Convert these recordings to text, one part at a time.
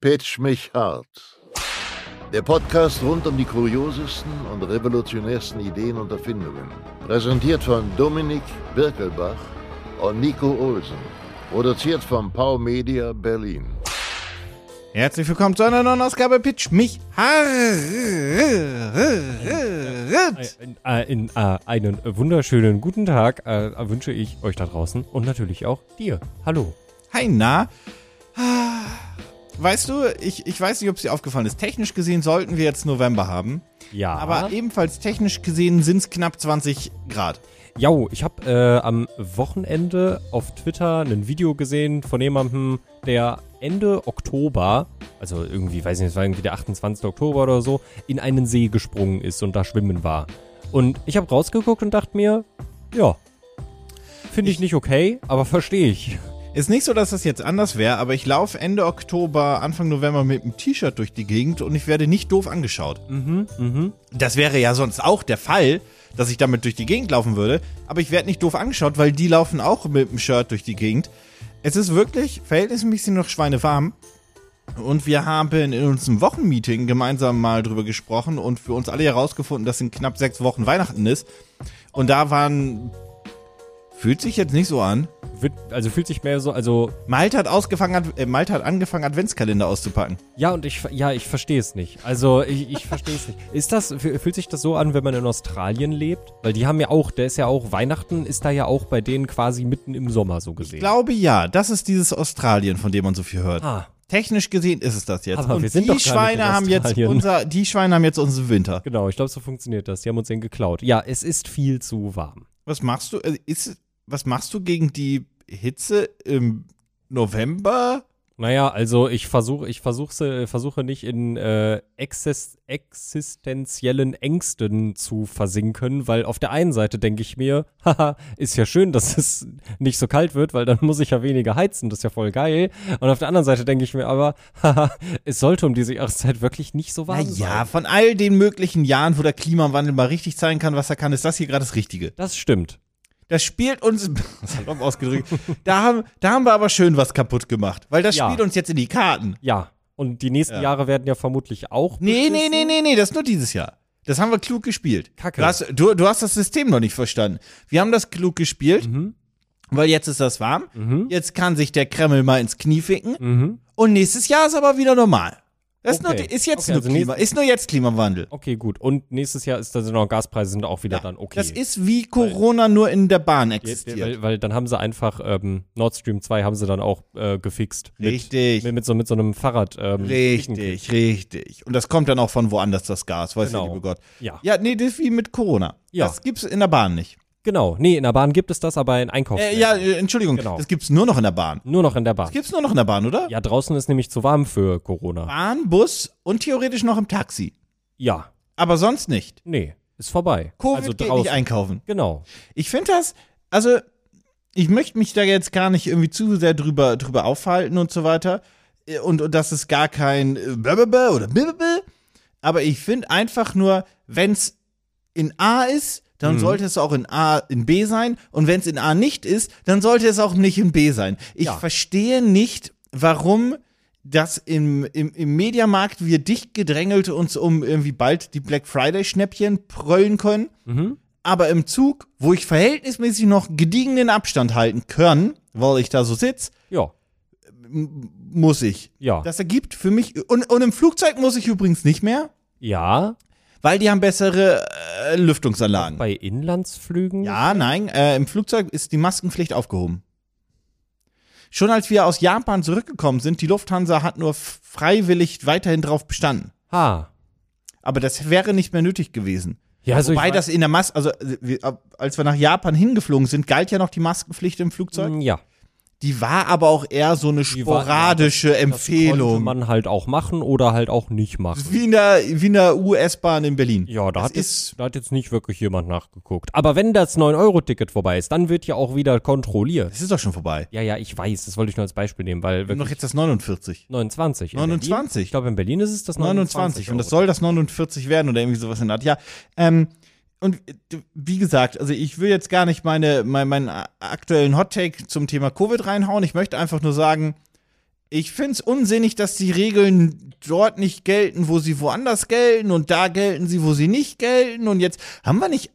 Pitch mich hart. Der Podcast rund um die kuriosesten und revolutionärsten Ideen und Erfindungen. Präsentiert von Dominik Birkelbach und Nico Olsen. Produziert von Pau Media Berlin. Herzlich willkommen zu einer neuen Ausgabe Pitch mich hart. Ein, äh, in, äh, einen wunderschönen guten Tag äh, wünsche ich euch da draußen und natürlich auch dir. Hallo. Hi, na? Weißt du, ich, ich weiß nicht, ob es dir aufgefallen ist. Technisch gesehen sollten wir jetzt November haben. Ja. Aber ebenfalls technisch gesehen sind es knapp 20 Grad. Jo, ich habe äh, am Wochenende auf Twitter ein Video gesehen von jemandem, der Ende Oktober, also irgendwie, weiß ich nicht, es war irgendwie der 28. Oktober oder so, in einen See gesprungen ist und da schwimmen war. Und ich habe rausgeguckt und dachte mir, ja, finde ich, nicht okay, aber verstehe ich. Ist nicht so, dass das jetzt anders wäre, aber ich laufe Ende Oktober, Anfang November mit einem T-Shirt durch die Gegend und ich werde nicht doof angeschaut. Mhm, mhm. Das wäre ja sonst auch der Fall, dass ich damit durch die Gegend laufen würde, aber ich werde nicht doof angeschaut, weil die laufen auch mit dem Shirt durch die Gegend. Es ist wirklich verhältnismäßig noch schweinewarm. Und wir haben in unserem Wochenmeeting gemeinsam mal drüber gesprochen und für uns alle herausgefunden, dass in knapp sechs Wochen Weihnachten ist. Und da waren. Fühlt sich jetzt nicht so an. Wird, also fühlt sich mehr so, also Malte hat ausgefangen, Ad- äh, Malte hat angefangen, Adventskalender auszupacken. Ja, und ich, ver- ja, ich verstehe es nicht. Also, ich, ich verstehe es nicht. Ist das, fü- fühlt sich das so an, wenn man in Australien lebt? Weil die haben ja auch, der ist ja auch, Weihnachten ist da ja auch bei denen quasi mitten im Sommer so gesehen. Ich glaube ja, das ist dieses Australien, von dem man so viel hört. ah, Technisch gesehen ist es das jetzt. Aber und wir sind die doch gar nicht in Schweine haben jetzt Australien. unser, die Schweine haben jetzt unseren Winter. genau, ich glaube, so funktioniert das. Die haben uns den geklaut. Ja, es ist viel zu warm. Was machst du? äh, Ist, was machst du gegen die Hitze im November? Naja, also ich versuche, ich versuche, versuche nicht in äh, exis- existenziellen Ängsten zu versinken, weil auf der einen Seite denke ich mir, haha, ist ja schön, dass es nicht so kalt wird, weil dann muss ich ja weniger heizen, das ist ja voll geil. Und auf der anderen Seite denke ich mir aber, haha, es sollte um diese Jahreszeit wirklich nicht so warm Naja, sein. von all den möglichen Jahren, wo der Klimawandel mal richtig zeigen kann, was er kann, ist das hier gerade das Richtige. Das stimmt. Das spielt uns, salopp ausgedrückt, da haben, da haben wir aber schön was kaputt gemacht, weil das Ja. spielt uns jetzt in die Karten. Ja. Und die nächsten Jahre werden ja vermutlich auch. Nee, nee, nee, nee, nee, das ist nur dieses Jahr. Das haben wir klug gespielt. Kacke. Du hast, du, du hast das System noch nicht verstanden. Wir haben das klug gespielt, Mhm. weil jetzt ist das warm. Jetzt kann sich der Kreml mal ins Knie ficken. Und nächstes Jahr ist aber wieder normal. Das ist, Mhm. Okay. nur, ist jetzt Okay, nur also Klima, ist nur jetzt Klimawandel. Okay, gut. Und nächstes Jahr ist dann sind auch Gaspreise sind auch wieder dann okay. Das ist wie Corona nur in der Bahn existiert. Weil, weil dann haben sie einfach ähm, Nord Stream 2 haben sie dann auch äh, gefixt. Richtig. Mit, mit, mit, so, mit so einem Fahrrad. Ähm, Richtig, richtig. Und das kommt dann auch von woanders, das Gas, weiß Genau. der liebe Gott. Ja. Ja, nee, das ist wie mit Corona. Ja. Das gibt's in der Bahn nicht. Genau. Nee, in der Bahn gibt es das, aber in Einkauf. Äh, ja, äh, Entschuldigung, Genau. das gibt's nur noch in der Bahn. Nur noch in der Bahn. Gibt's nur noch in der Bahn, oder? Ja, draußen ist nämlich zu warm für Corona. Bahn, Bus und theoretisch noch im Taxi. Ja. Aber sonst nicht. Nee, ist vorbei. Covid also geht draußen. nicht einkaufen. Genau. Ich finde das, also ich möchte mich da jetzt gar nicht irgendwie zu sehr drüber, drüber aufhalten und so weiter. Äh, Und, und das ist gar kein äh, blablabla oder blablabla. Aber ich finde einfach nur, wenn's in A ist, dann sollte es auch in A in B sein. Und wenn es in A nicht ist, dann sollte es auch nicht in B sein. Ich Ja. verstehe nicht, warum das im, im, im Mediamarkt wir dicht gedrängelt uns um irgendwie bald die Black Friday-Schnäppchen pröllen können. Aber im Zug, wo ich verhältnismäßig noch gediegenen Abstand halten kann, weil ich da so sitze, Ja. muss ich. Ja. Das ergibt für mich. Und, und im Flugzeug muss ich übrigens nicht mehr, ja. weil die haben bessere äh, Lüftungsanlagen. Bei Inlandsflügen. Ja, nein, äh, im Flugzeug ist die Maskenpflicht aufgehoben. Schon als wir aus Japan zurückgekommen sind, die Lufthansa hat nur f- freiwillig weiterhin drauf bestanden. Ha. Aber das wäre nicht mehr nötig gewesen. Ah. Ja, also ich Wobei mein- das in der Mas also äh, wir, ab- als wir nach Japan hingeflogen sind, galt ja noch die Maskenpflicht im Flugzeug. Mm, Ja. Die war aber auch eher so eine war- ja, sporadische Das konnte Empfehlung. man halt auch machen oder halt auch nicht machen. Wie in der, wie in der US-Bahn in Berlin. Ja, da Das hat, ist jetzt, da hat jetzt nicht wirklich jemand nachgeguckt. Aber wenn das 9-Euro-Ticket vorbei ist, dann wird ja auch wieder kontrolliert. das ist doch schon vorbei. Ja, ja, ich weiß. Das wollte ich nur als Beispiel nehmen, weil Wir haben noch wirklich jetzt das 49. 29. in 29? Berlin, ich glaube, in Berlin ist es das 29, 29. und das Euro. soll das 49 werden oder irgendwie sowas in der Art. Ja, ähm, und äh, d- wie gesagt, also ich will jetzt gar nicht äh, meine, mein, meinen a- aktuellen Hot Take zum Thema Covid reinhauen. Ich möchte einfach nur sagen, Ich find's unsinnig, dass die Regeln dort nicht gelten, wo sie woanders gelten und da gelten sie, wo sie nicht gelten. Und jetzt haben wir nicht.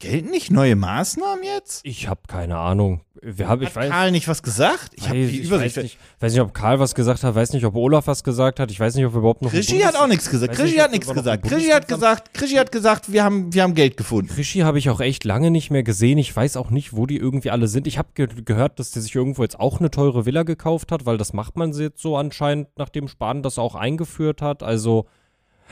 Gelten nicht neue Maßnahmen jetzt? Ich habe keine Ahnung. Wir haben, ich Hat weiß, Karl nicht was gesagt? Ich habe weiß, die ich Übersicht. weiß, nicht, weiß nicht, ob Karl was gesagt hat, weiß nicht, ob Olaf was gesagt hat, ich weiß nicht, ob wir überhaupt noch. Krischi hat auch nichts gesagt. Weiß Krischi nicht, ob hat wir nichts überhaupt noch gesagt. einen Krischi hat Bundeskanzler- gesagt, Krischi hat gesagt, wir haben, wir haben Geld gefunden. Krischi habe ich auch echt lange nicht mehr gesehen. Ich weiß auch nicht, wo die irgendwie alle sind. Ich habe ge gehört, dass der sich irgendwo jetzt auch eine teure Villa gekauft hat, weil das macht man jetzt so anscheinend, nachdem Spahn das auch eingeführt hat. Also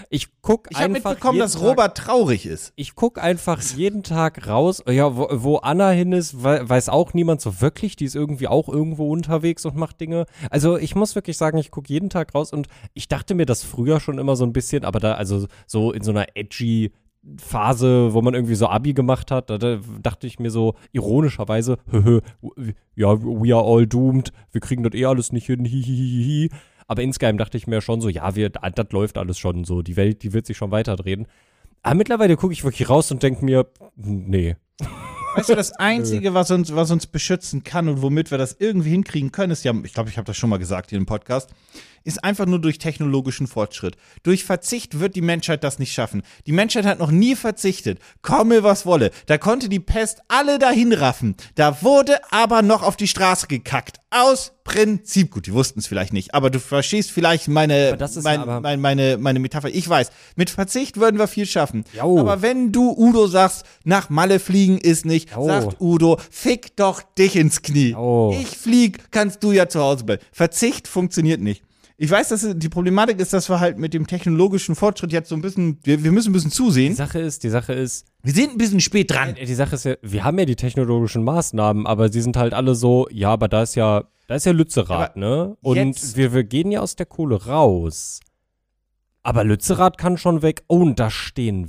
ich guck Ich habe einfach. mitbekommen, jeden dass Tag- Robert traurig ist. Ich guck einfach jeden Tag raus. Ja, wo, wo Anna hin ist, wei- weiß auch niemand so wirklich. Die ist irgendwie auch irgendwo unterwegs und macht Dinge. Also ich muss wirklich sagen, ich guck jeden Tag raus und ich dachte mir das früher schon immer so ein bisschen, aber da, also so in so einer edgy Phase, wo man irgendwie so Abi gemacht hat, da, da dachte ich mir so ironischerweise, höhö, w- ja, we are all doomed, wir kriegen das eh alles nicht hin, hihihihi. Aber insgeheim dachte ich mir schon so, ja, wir, das läuft alles schon so, die Welt, die wird sich schon weiterdrehen. Aber Ah, mittlerweile gucke ich wirklich raus und denke mir, nee. Weißt du, das Einzige, was uns, was uns beschützen kann und womit wir das irgendwie hinkriegen können, ist ja, ich glaube, ich habe das schon mal gesagt hier im Podcast, ist einfach nur durch technologischen Fortschritt. Durch Verzicht wird die Menschheit das nicht schaffen. Die Menschheit hat noch nie verzichtet. Komme, was wolle. Da konnte die Pest alle dahin raffen. Da wurde aber noch auf die Straße gekackt. Aus Prinzip. Gut, die wussten es vielleicht nicht, aber du verstehst vielleicht meine, das ist mein, aber- mein, meine, meine Metapher. Ich weiß, mit Verzicht würden wir viel schaffen. Jau. Aber wenn du Udo sagst, nach Malle fliegen ist nicht, Jau. sagt Udo, fick doch dich ins Knie. Jau. Ich flieg, kannst du ja zu Hause bleiben. Verzicht funktioniert nicht. Ich weiß, dass die Problematik ist, dass wir halt mit dem technologischen Fortschritt jetzt so ein bisschen, wir, wir müssen ein bisschen Die zusehen. Sache ist, die Sache ist, Wir sind ein bisschen spät dran. Äh, die Sache ist ja, wir haben ja die technologischen Maßnahmen, aber sie sind halt alle so, ja, aber da ist ja, da ist ja Lützerath, Aber ne? Und jetzt- wir, wir gehen ja aus der Kohle raus. Aber Lützerath kann schon weg. Oh, und da stehen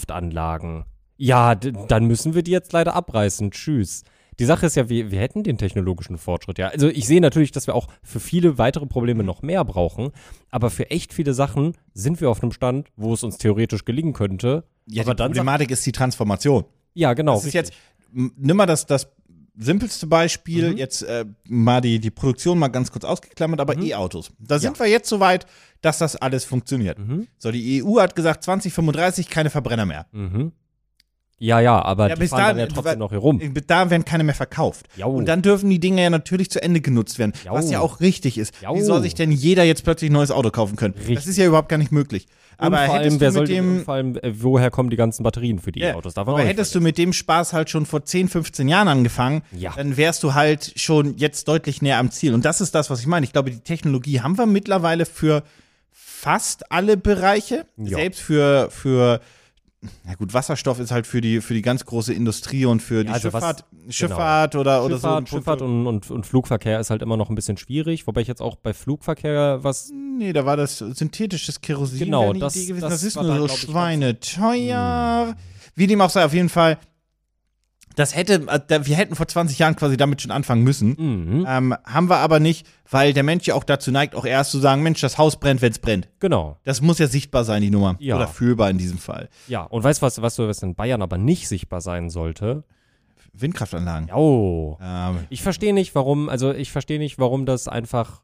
Windkraftanlagen. Ja, d- dann müssen wir die jetzt leider abreißen. Tschüss. Die Sache ist ja, wir, wir hätten den technologischen Fortschritt, ja. Also ich sehe natürlich, dass wir auch für viele weitere Probleme noch mehr brauchen, aber für echt viele Sachen sind wir auf einem Stand, wo es uns theoretisch gelingen könnte. Ja, aber die dann sagt- Problematik ist die Transformation. ja, genau. Das ist richtig. jetzt, m- nimm mal das, das simpelste Beispiel, Mhm. jetzt äh, mal die, die Produktion mal ganz kurz ausgeklammert, Mhm. aber E-Autos. Da sind wir jetzt so weit, dass das alles funktioniert. So, die EU hat gesagt, 2035 keine Verbrenner mehr. Mhm. Ja, ja, aber Ja, die bis fahren dann dahin- ja trotzdem wa- noch hier rum. Äh, Da werden keine mehr verkauft. Jau. Und dann dürfen die Dinge ja natürlich zu Ende genutzt werden, Jau. was ja auch richtig ist. Jau. Wie soll sich denn jeder jetzt plötzlich ein neues Auto kaufen können? Richtig. Das ist ja überhaupt gar nicht möglich. Aber und vor hättest allem, wer du soll mit dem, dem vor allem, äh, woher kommen die ganzen Batterien für die Ja, E-Autos? Darf man aber auch nicht hättest du mit dem Spaß halt schon vor 10, 15 Jahren angefangen, Ja. dann wärst du halt schon jetzt deutlich näher am Ziel. Und das ist das, was ich meine. Ich glaube, die Technologie haben wir mittlerweile für fast alle Bereiche. Ja. Selbst für, für, na gut, Wasserstoff ist halt für die, für die ganz große Industrie und für die also was- Schifffahrt, genau. Schifffahrt oder, oder so. Schifffahrt, Schifffahrt und, und, und Flugverkehr ist halt immer noch ein bisschen schwierig, wobei ich jetzt auch bei Flugverkehr was. Nee, da war das synthetisches Kerosin. Genau, wäre die das- Idee gewesen. das das, ist war nur da, so glaub ich, ganz- Hm. schweineteuer. Wie dem auch sei, auf jeden Fall. Das hätte, äh, da- wir hätten vor 20 Jahren quasi damit schon anfangen müssen. Mhm, Ähm, haben wir aber nicht, weil der Mensch ja auch dazu neigt, auch erst zu sagen, Mensch, das Haus brennt, wenn es brennt. genau. Das muss ja sichtbar sein, die Nummer. Ja. Oder fühlbar in diesem Fall. Ja, und weißt du, was, was, was in Bayern aber nicht sichtbar sein sollte? Windkraftanlagen. Ja. oh. Ähm, Ich verstehe nicht, warum, also ich verstehe nicht, warum das einfach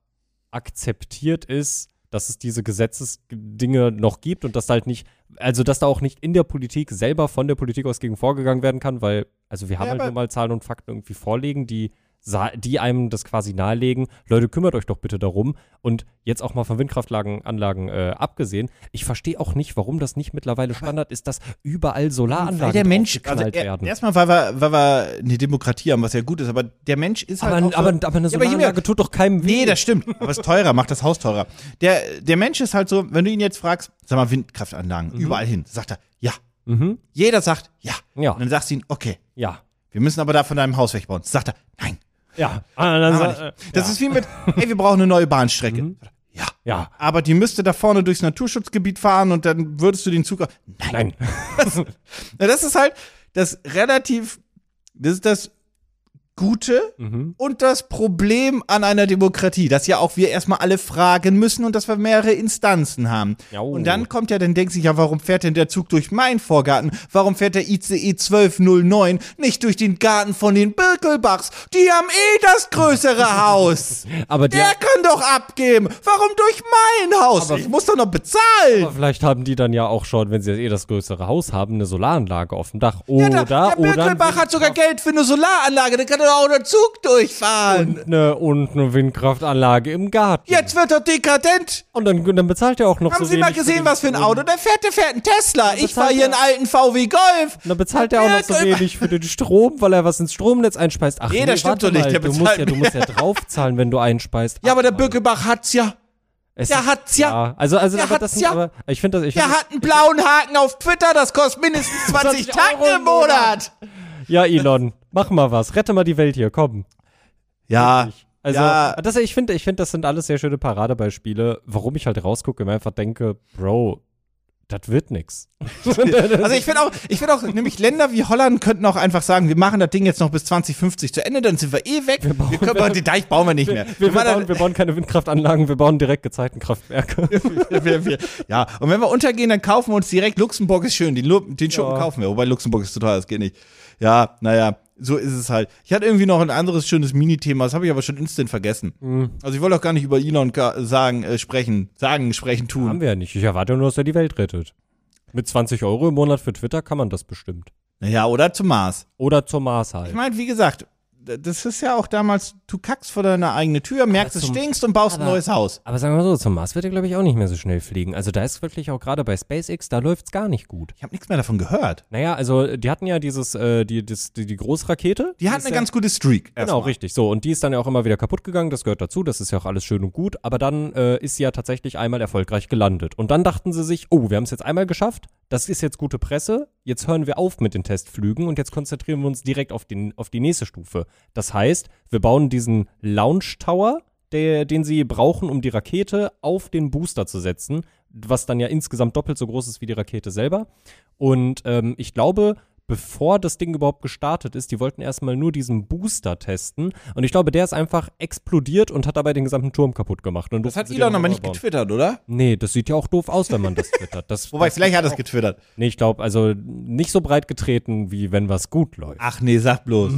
akzeptiert ist, dass es diese Gesetzesdinge noch gibt und dass halt nicht, also dass da auch nicht in der Politik selber von der Politik aus gegen vorgegangen werden kann, weil, also wir haben Ja, halt aber- nur mal Zahlen und Fakten irgendwie vorlegen, die, sa- die einem das quasi nahelegen, Leute, kümmert euch doch bitte darum. Und jetzt auch mal von Windkraftanlagen Anlagen, äh, abgesehen, ich verstehe auch nicht, warum das nicht mittlerweile Standard ist, dass überall Solaranlagen weil der Mensch, also draufgeknallt er, werden. erstmal, weil wir, weil wir eine Demokratie haben, was ja gut ist, aber der Mensch ist halt. aber, auch so, aber, aber eine Ja, aber Julia, Solaranlage tut doch keinem weh. Nee, das stimmt. Aber es ist teurer, macht das Haus teurer. Der, der Mensch ist halt so, wenn du ihn jetzt fragst, sag mal Windkraftanlagen, überall hin, sagt er, ja. Mhm. Jeder sagt, ja. Ja. Und dann sagst du ihn, okay, Ja. wir müssen aber da von deinem Haus wegbauen. Sagt er, nein, Ja. Ah, dann machen sa- wir nicht. Das ja. Mhm. ist wie mit, ey, wir brauchen eine neue Bahnstrecke. Sagt er, Ja. Ja. Aber die müsste da vorne durchs Naturschutzgebiet fahren und dann würdest du den Zug. Nein. Nein. Na, das ist halt das relativ, das ist das Gute Mhm. und das Problem an einer Demokratie, dass ja auch wir erstmal alle fragen müssen und dass wir mehrere Instanzen haben. Jau. Und dann kommt ja, dann denkt sich ja, warum fährt denn der Zug durch meinen Vorgarten? Warum fährt der E ICE 1209 nicht durch den Garten von den Birkelbachs? Die haben eh das größere Haus. Aber die, Der kann doch abgeben. Warum durch mein Haus? ich muss doch noch bezahlen. aber vielleicht haben die dann ja auch schon, wenn sie jetzt eh das größere Haus haben, eine Solaranlage auf dem Dach. Oder, Ja, da, der oder ein Birkelbach hat sogar Geld für eine Solaranlage, da kann doch auch der Zug durchfahren. Wind- ne, und eine Windkraftanlage im Garten. Jetzt wird er dekadent. Und dann, dann bezahlt er auch noch Haben so Sie mal wenig für gesehen, den- was für ein Auto der fährt? Der fährt einen Tesla. Ich bezahlt fahre hier er- einen alten VW Golf. Und dann bezahlt er auch noch so Birkelbach- wenig für den Strom, weil er was ins Stromnetz einspeist. Ach, Nee, nee, das stimmt warte doch nicht, Mal, der du musst bezahlt ja, du musst ja draufzahlen, wenn du einspeist. Ja, aber der Ach, Birkelbach hat's ja. es der ist- hat's ja. Also, also, Der aber das hat's sind, ja. aber ich finde das, ich Der find hat einen blauen Haken auf Twitter, das kostet mindestens 20 20 Tacken Euro im Monat. das, ja, Elon, mach mal was, rette mal die Welt hier, komm. Ja. Also, Ja. das, ich finde, ich finde, das sind alles sehr schöne Paradebeispiele, warum ich halt rausgucke und mir einfach denke, Bro, das wird nix. Also ich finde auch, ich finde auch, nämlich Länder wie Holland könnten auch einfach sagen, wir machen das Ding jetzt noch bis 2050 zu Ende, dann sind wir eh weg. Wir, bauen- können, den Deich bauen wir halt nicht mehr. Wir, wir, machen dann- bauen, wir bauen keine Windkraftanlagen, wir bauen direkt Gezeitenkraftwerke. wir, wir, ja, und wenn wir untergehen, dann kaufen wir uns direkt. Luxemburg ist schön, den, Lu- den Schuppen Ja. kaufen wir. Wobei Luxemburg ist total, das geht nicht. Ja, naja, so ist es halt. Ich hatte irgendwie noch ein anderes schönes Minithema, das habe ich aber schon instant vergessen. Mhm. Also ich wollte auch gar nicht über Elon Ga- sagen, äh, sprechen, sagen, sprechen, tun. Haben wir ja nicht. Ich erwarte nur, dass er die Welt rettet. Mit 20 Euro im Monat für Twitter kann man das bestimmt. Naja, oder zum Mars. Oder zur Mars halt. Ich meine, wie gesagt, d- das ist ja auch damals, du kackst vor deiner eigenen Tür, merkst, es zum- stinkst und baust ein aber- neues Haus. aber sagen wir mal so, zum Mars wird er, glaube ich, auch nicht mehr so schnell fliegen. Also da ist wirklich auch gerade bei SpaceX, da läuft's gar nicht gut. Ich habe nichts mehr davon gehört. Naja, also die hatten ja dieses, äh, die, das, die, die Großrakete. Die hat ist eine ja- ganz gute Streak. Genau, erstmal. richtig. So, und die ist dann ja auch immer wieder kaputt gegangen, das gehört dazu, das ist ja auch alles schön und gut, aber dann äh, ist sie ja tatsächlich einmal erfolgreich gelandet. Und dann dachten sie sich, oh, wir haben es jetzt einmal geschafft, das ist jetzt gute Presse, jetzt hören wir auf mit den Testflügen und jetzt konzentrieren wir uns direkt auf, den, auf die nächste Stufe. Das heißt, wir bauen diesen Launch Tower, der, den sie brauchen, um die Rakete auf den Booster zu setzen, was dann ja insgesamt doppelt so groß ist wie die Rakete selber. Und ähm, ich glaube, bevor das Ding überhaupt gestartet ist, die wollten erstmal nur diesen Booster testen. Und ich glaube, der ist einfach explodiert und hat dabei den gesamten Turm kaputt gemacht. Und Das hat durften sie Elon den aber nicht überbauen. getwittert, oder? Nee, das sieht ja auch doof aus, wenn man das twittert. Das, Wobei, das, vielleicht hat er es getwittert. Nee, ich glaube, also nicht so breit getreten, wie wenn was gut läuft. Ach nee, sag bloß.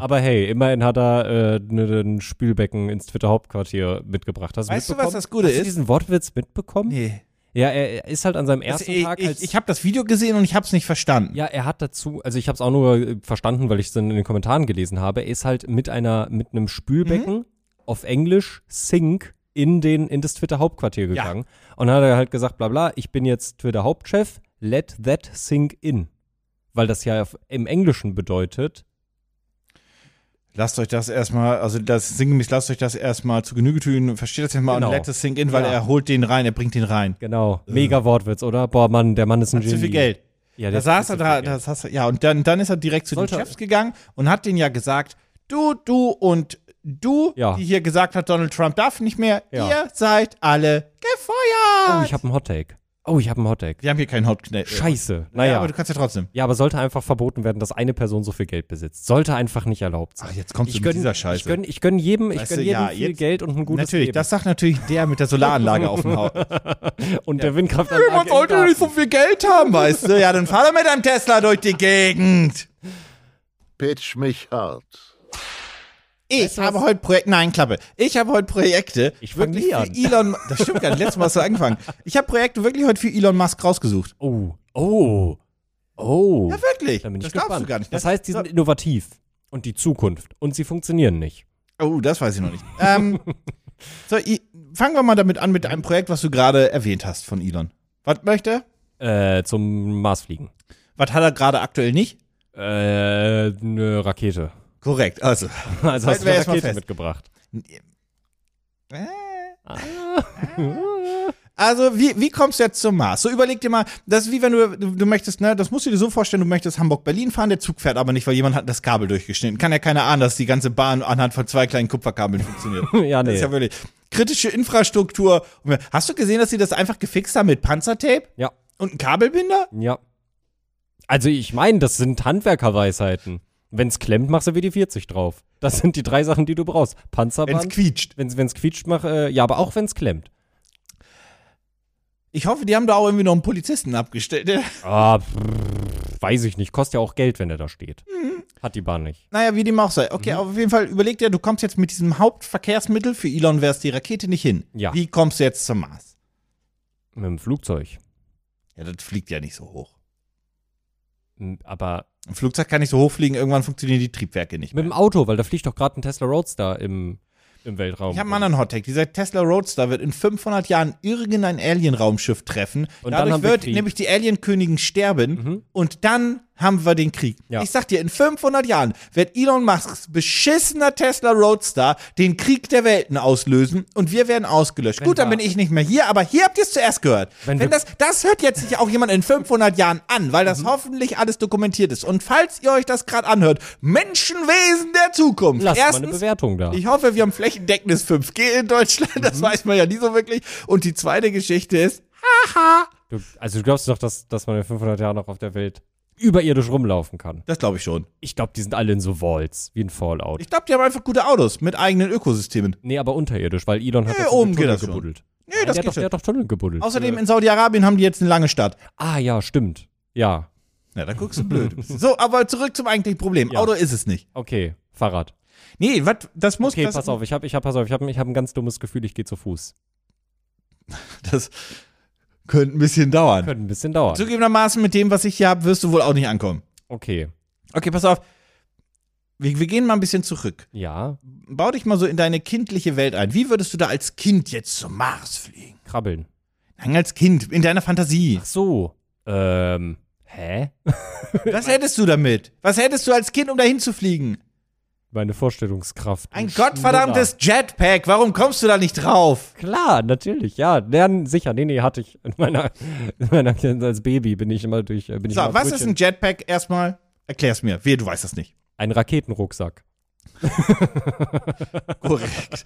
Aber hey, immerhin hat er äh, ne- ein Spülbecken ins Twitter-Hauptquartier mitgebracht. Hast Weißt du, mitbekommen? was das Gute Hast ist? Du diesen Wortwitz mitbekommen? Nee. Ja, er er ist halt an seinem Das, ersten ich Tag als ich, ich habe das Video gesehen und ich habe es nicht verstanden. Ja, er hat dazu, also ich habe es auch nur äh, verstanden, weil ich es dann in den Kommentaren gelesen habe. Er ist halt mit einer mit einem Spülbecken Mhm. auf Englisch Sink in den in das Twitter Hauptquartier Ja. gegangen und dann hat er halt gesagt, bla bla, ich bin jetzt Twitter Hauptchef, let that sink in, weil das ja auf, im Englischen bedeutet. Lasst euch das erstmal, also das sinngemäß, lasst euch das erstmal zu Genüge tun. Versteht das jetzt mal Genau. und let das sink in, weil Ja. er holt den rein, er bringt den rein. Genau, mega Wortwitz, oder? Boah, Mann, der Mann ist Äh. ein Hat Genie. zu viel Geld. Ja, Da der saß hat er zu da, viel Geld. da saß er, ja, und dann, dann ist er direkt zu Sollte- den Chefs gegangen und hat denen ja gesagt, du, du und du, Ja. die hier gesagt hat, Donald Trump darf nicht mehr, Ja. ihr seid alle gefeuert. Oh, ich habe einen Hottake. Oh, ich habe einen Hottake. Wir haben hier keinen Hautknecht. Scheiße. Naja, Naja. aber du kannst ja trotzdem. Ja, aber sollte einfach verboten werden, dass eine Person so viel Geld besitzt. Sollte einfach nicht erlaubt sein. Ach, jetzt kommst du ich mit gönn- dieser Scheiße. Ich gönn, ich gönn jedem, ich Weißt gönn du, jedem ja, viel jetzt- Geld und ein gutes Natürlich, Leben. das sagt natürlich der mit der Solaranlage auf dem Haus. und der Windkraftanlage. Man im sollte Garten. nicht so viel Geld haben, weißt du? Ja, dann fahr doch mit deinem Tesla durch die Gegend. Pitch mich hart. Ich Weißt du habe was? heute Projekte, nein, Klappe. Ich habe heute Projekte. Ich fang wirklich nie für an. Elon, das stimmt gar nicht. Letztes Mal hast du angefangen. Ich habe Projekte wirklich heute für Elon Musk rausgesucht. Oh, oh, oh. Ja, wirklich. da bin ich das gespannt. glaubst du gar nicht. ne? Das heißt, die sind innovativ und die Zukunft und sie funktionieren nicht. oh, das weiß ich noch nicht. ähm, so, I- fangen wir mal damit an mit einem Projekt, was du gerade erwähnt hast von Elon. Was möchte? er? Äh, zum Mars fliegen. Was hat er gerade aktuell nicht? Äh, eine Rakete. Korrekt. Also, Also hast Halten du wir eine erst mal Rakete fest. mitgebracht. Äh? Also, wie, wie kommst du jetzt zum Mars? So, überleg dir mal, das ist wie wenn du, du, du möchtest, ne, das musst du dir so vorstellen, du möchtest Hamburg-Berlin fahren, der Zug fährt aber nicht, weil jemand hat das Kabel durchgeschnitten. Kann ja keiner ahnen, dass die ganze Bahn anhand von zwei kleinen Kupferkabeln funktioniert. Ja, Das ist nee. ja wirklich kritische Infrastruktur. Hast du gesehen, dass sie das einfach gefixt haben mit Panzertape Ja, und einem Kabelbinder? ja. Also ich meine, das sind Handwerkerweisheiten. Wenn's klemmt, machst du WD-40 drauf. Das sind die drei Sachen, die du brauchst. Wenn's Panzerband, quietscht. wenn's, wenn's quietscht, mach, äh, ja, aber auch wenn's klemmt. Ich hoffe, die haben da auch irgendwie noch einen Polizisten abgestellt. der- Ah, pff, weiß ich nicht. Kostet ja auch Geld, wenn der da steht. Mhm. Hat die Bahn nicht. Naja, wie dem auch sei. Okay, aber auf jeden Fall überleg dir, du kommst jetzt mit diesem Hauptverkehrsmittel, für Elon wär's die Rakete nicht hin. Ja. Wie kommst du jetzt zum Mars? Mit dem Flugzeug. Ja, das fliegt ja nicht so hoch. M, Aber Ein Flugzeug kann nicht so hoch fliegen, irgendwann funktionieren die Triebwerke nicht mit mehr. dem Auto, weil da fliegt doch gerade ein Tesla Roadster im, im Weltraum. Ich habe einen anderen Hottech. Dieser Tesla Roadster wird in 500 Jahren irgendein Alien-Raumschiff treffen. Und dann Dadurch haben wir wird Krieg. Mhm. nämlich die Alien-Königin sterben. Und dann haben wir den Krieg. Ja. Ich sag dir, in 500 Jahren wird Elon Musks beschissener Tesla Roadster den Krieg der Welten auslösen und wir werden ausgelöscht. Gut, dann wir- bin ich nicht mehr hier, aber hier habt ihr es zuerst gehört. Wenn Wenn, wir- Mhm. das, das hört jetzt nicht auch jemand in 500 Jahren an, weil das hoffentlich alles dokumentiert ist. Und falls ihr euch das gerade anhört, Menschenwesen der Zukunft. Lasst mal eine Erstens, Bewertung da. ich hoffe, wir haben flächendeckendes 5G in Deutschland. Das weiß man ja nie so wirklich. Und die zweite Geschichte ist, Du, also du glaubst doch, dass, dass man in 500 Jahren noch auf der Welt überirdisch rumlaufen kann. das glaube ich schon. Ich glaube, die sind alle in so Walls, wie in Fallout. Ich glaube, die haben einfach gute Autos mit eigenen Ökosystemen. nee, aber unterirdisch, weil Elon hat Nee, ja so oben Tunnel geht das schon. gebuddelt. Nee, das Nein, der, hat geht doch, der schon. hat doch Tunnel gebuddelt. Außerdem in Saudi-Arabien haben die jetzt eine lange Stadt. ah ja, stimmt. Ja, Na, da guckst du blöd. so, aber zurück zum eigentlichen Problem. Auto ist es nicht. okay, Fahrrad. Nee, wat, das muss Okay, das, pass auf, ich habe ich hab, pass auf, ich hab, ich hab ein ganz dummes Gefühl, ich gehe zu Fuß. das könnte ein bisschen dauern. Könnte ein bisschen dauern. Zugegebenermaßen mit dem, was ich hier habe, wirst du wohl auch nicht ankommen. Okay, Okay, pass auf. Wir, wir gehen mal ein bisschen zurück. ja, Bau dich mal so in deine kindliche Welt ein. Wie würdest du da als Kind jetzt zum Mars fliegen? krabbeln. Nein, als Kind, in deiner Fantasie. Ach so, ähm, hä? Was hättest du damit? Was hättest du als Kind, um dahin zu fliegen? Meine Vorstellungskraft. Ein gottverdammtes Jetpack, warum kommst du da nicht drauf? Klar, natürlich, ja. Lernen sicher. Nee, nee, hatte ich in meiner, in meiner als Baby bin ich immer durch. äh, Bin ich So, immer was ist Brötchen. ein Jetpack erstmal? Erklär's mir. Wehe, du weißt das nicht. Ein Raketenrucksack. Korrekt.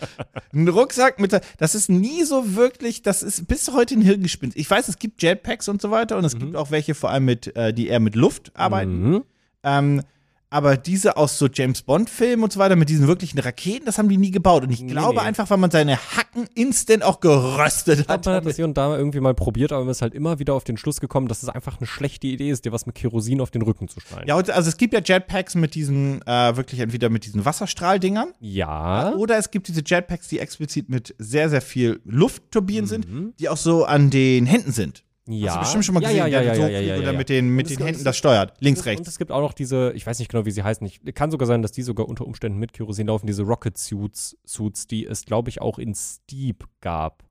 Ein Rucksack mit der, das ist nie so wirklich, das ist bis heute ein Hirngespinst. Ich weiß, es gibt Jetpacks und so weiter und es gibt auch welche vor allem mit, äh, die eher mit Luft arbeiten. Mhm. Ähm, aber diese aus so James Bond-Filmen und so weiter mit diesen wirklichen Raketen, das haben die nie gebaut. Und ich glaube nee. einfach, weil man seine Hacken instant auch geröstet Ich glaub, hat. man hat das hier und da irgendwie mal probiert, aber man ist halt immer wieder auf den Schluss gekommen, dass es einfach eine schlechte Idee ist, dir was mit Kerosin auf den Rücken zu schneiden. Ja, und also es gibt ja Jetpacks mit diesen, äh, wirklich entweder mit diesen Wasserstrahldingern Ja. oder es gibt diese Jetpacks, die explizit mit sehr, sehr viel Luftturbinen sind, die auch so an den Händen sind. Mhm. Ja. Hast du bestimmt schon mal Ja, gesehen, ja, ja, der ja, so ja, fliegt ja, ja, oder ja. mit den, mit Und den es- Händen das steuert, links, Und rechts. es gibt auch noch diese, ich weiß nicht genau, wie sie heißen, ich, kann sogar sein, dass die sogar unter Umständen mit Kerosin laufen, diese Rocket Suits, Suits, die es, glaube ich, auch in Steep gab.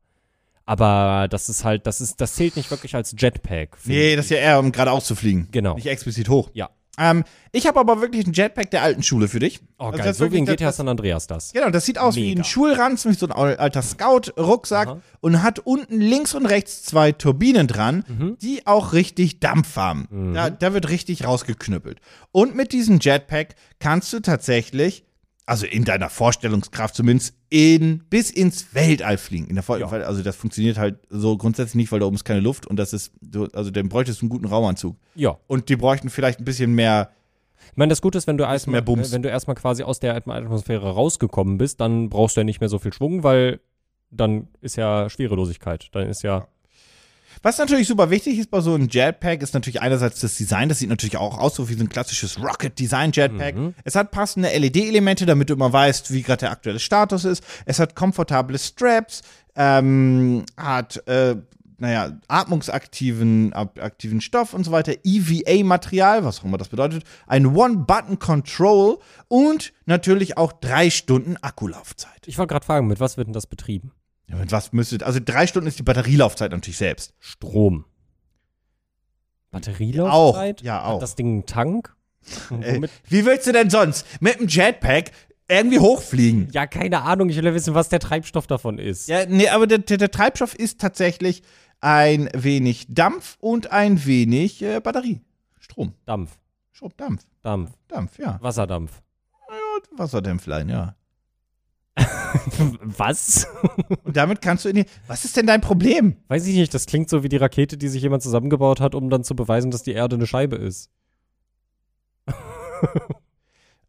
Aber das ist halt, das ist, das zählt nicht wirklich als Jetpack. finde Nee, das ist ja eher, um geradeaus zu fliegen. Genau. Nicht explizit hoch. Ja. Ähm, ich habe aber wirklich einen Jetpack der alten Schule für dich. Oh, Also geil. das ist so wirklich wegen das- GTA San Andreas das. Genau, das sieht aus wie Mega. ein Schulranzen, wie so ein al- alter Scout-Rucksack Aha. und hat unten links und rechts zwei Turbinen dran, Mhm. die auch richtig Dampf haben. Da, da wird richtig rausgeknüppelt. Und mit diesem Jetpack kannst du tatsächlich, also in deiner Vorstellungskraft zumindest, in, bis ins Weltall fliegen. In der Vor Ja. weil, also das funktioniert halt so grundsätzlich nicht, weil da oben ist keine Luft und das ist, so- also dann bräuchtest du einen guten Raumanzug. Ja. Und die bräuchten vielleicht ein bisschen mehr Ich meine, das Gute ist, wenn du erstmal, mehr Bums. wenn du erstmal quasi aus der Atmosphäre rausgekommen bist, dann brauchst du ja nicht mehr so viel Schwung, weil dann ist ja Schwerelosigkeit. Dann ist ja. Was natürlich super wichtig ist bei so einem Jetpack, ist natürlich einerseits das Design. Das sieht natürlich auch aus so wie so ein klassisches Rocket-Design-Jetpack. Mhm. Es hat passende LED-Elemente, damit du immer weißt, wie gerade der aktuelle Status ist. Es hat komfortable Straps, ähm, hat, äh, naja, atmungsaktiven ab, aktiven Stoff und so weiter, EVA-Material, was auch immer das bedeutet, ein One-Button-Control und natürlich auch drei Stunden Akkulaufzeit. Ich wollte gerade fragen, mit was wird denn das betrieben? Ja, mit was müsstet, also drei Stunden ist die Batterielaufzeit natürlich selbst. Strom. Batterielaufzeit? Auch, ja, Hat auch. das Ding einen Tank? Und Ey, Womit? wie willst du denn sonst mit dem Jetpack irgendwie hochfliegen? Ja, keine Ahnung. Ich will ja wissen, was der Treibstoff davon ist. Ja, nee, aber der, der, der Treibstoff ist tatsächlich ein wenig Dampf und ein wenig äh, Batterie. Strom. Dampf. Strom, Dampf. Dampf. Dampf, ja. Wasserdampf. Und Wasserdämpflein, ja. was? Und damit kannst du in die. Was ist denn dein Problem? Weiß ich nicht, das klingt so wie die Rakete, die sich jemand zusammengebaut hat, um dann zu beweisen, dass die Erde eine Scheibe ist.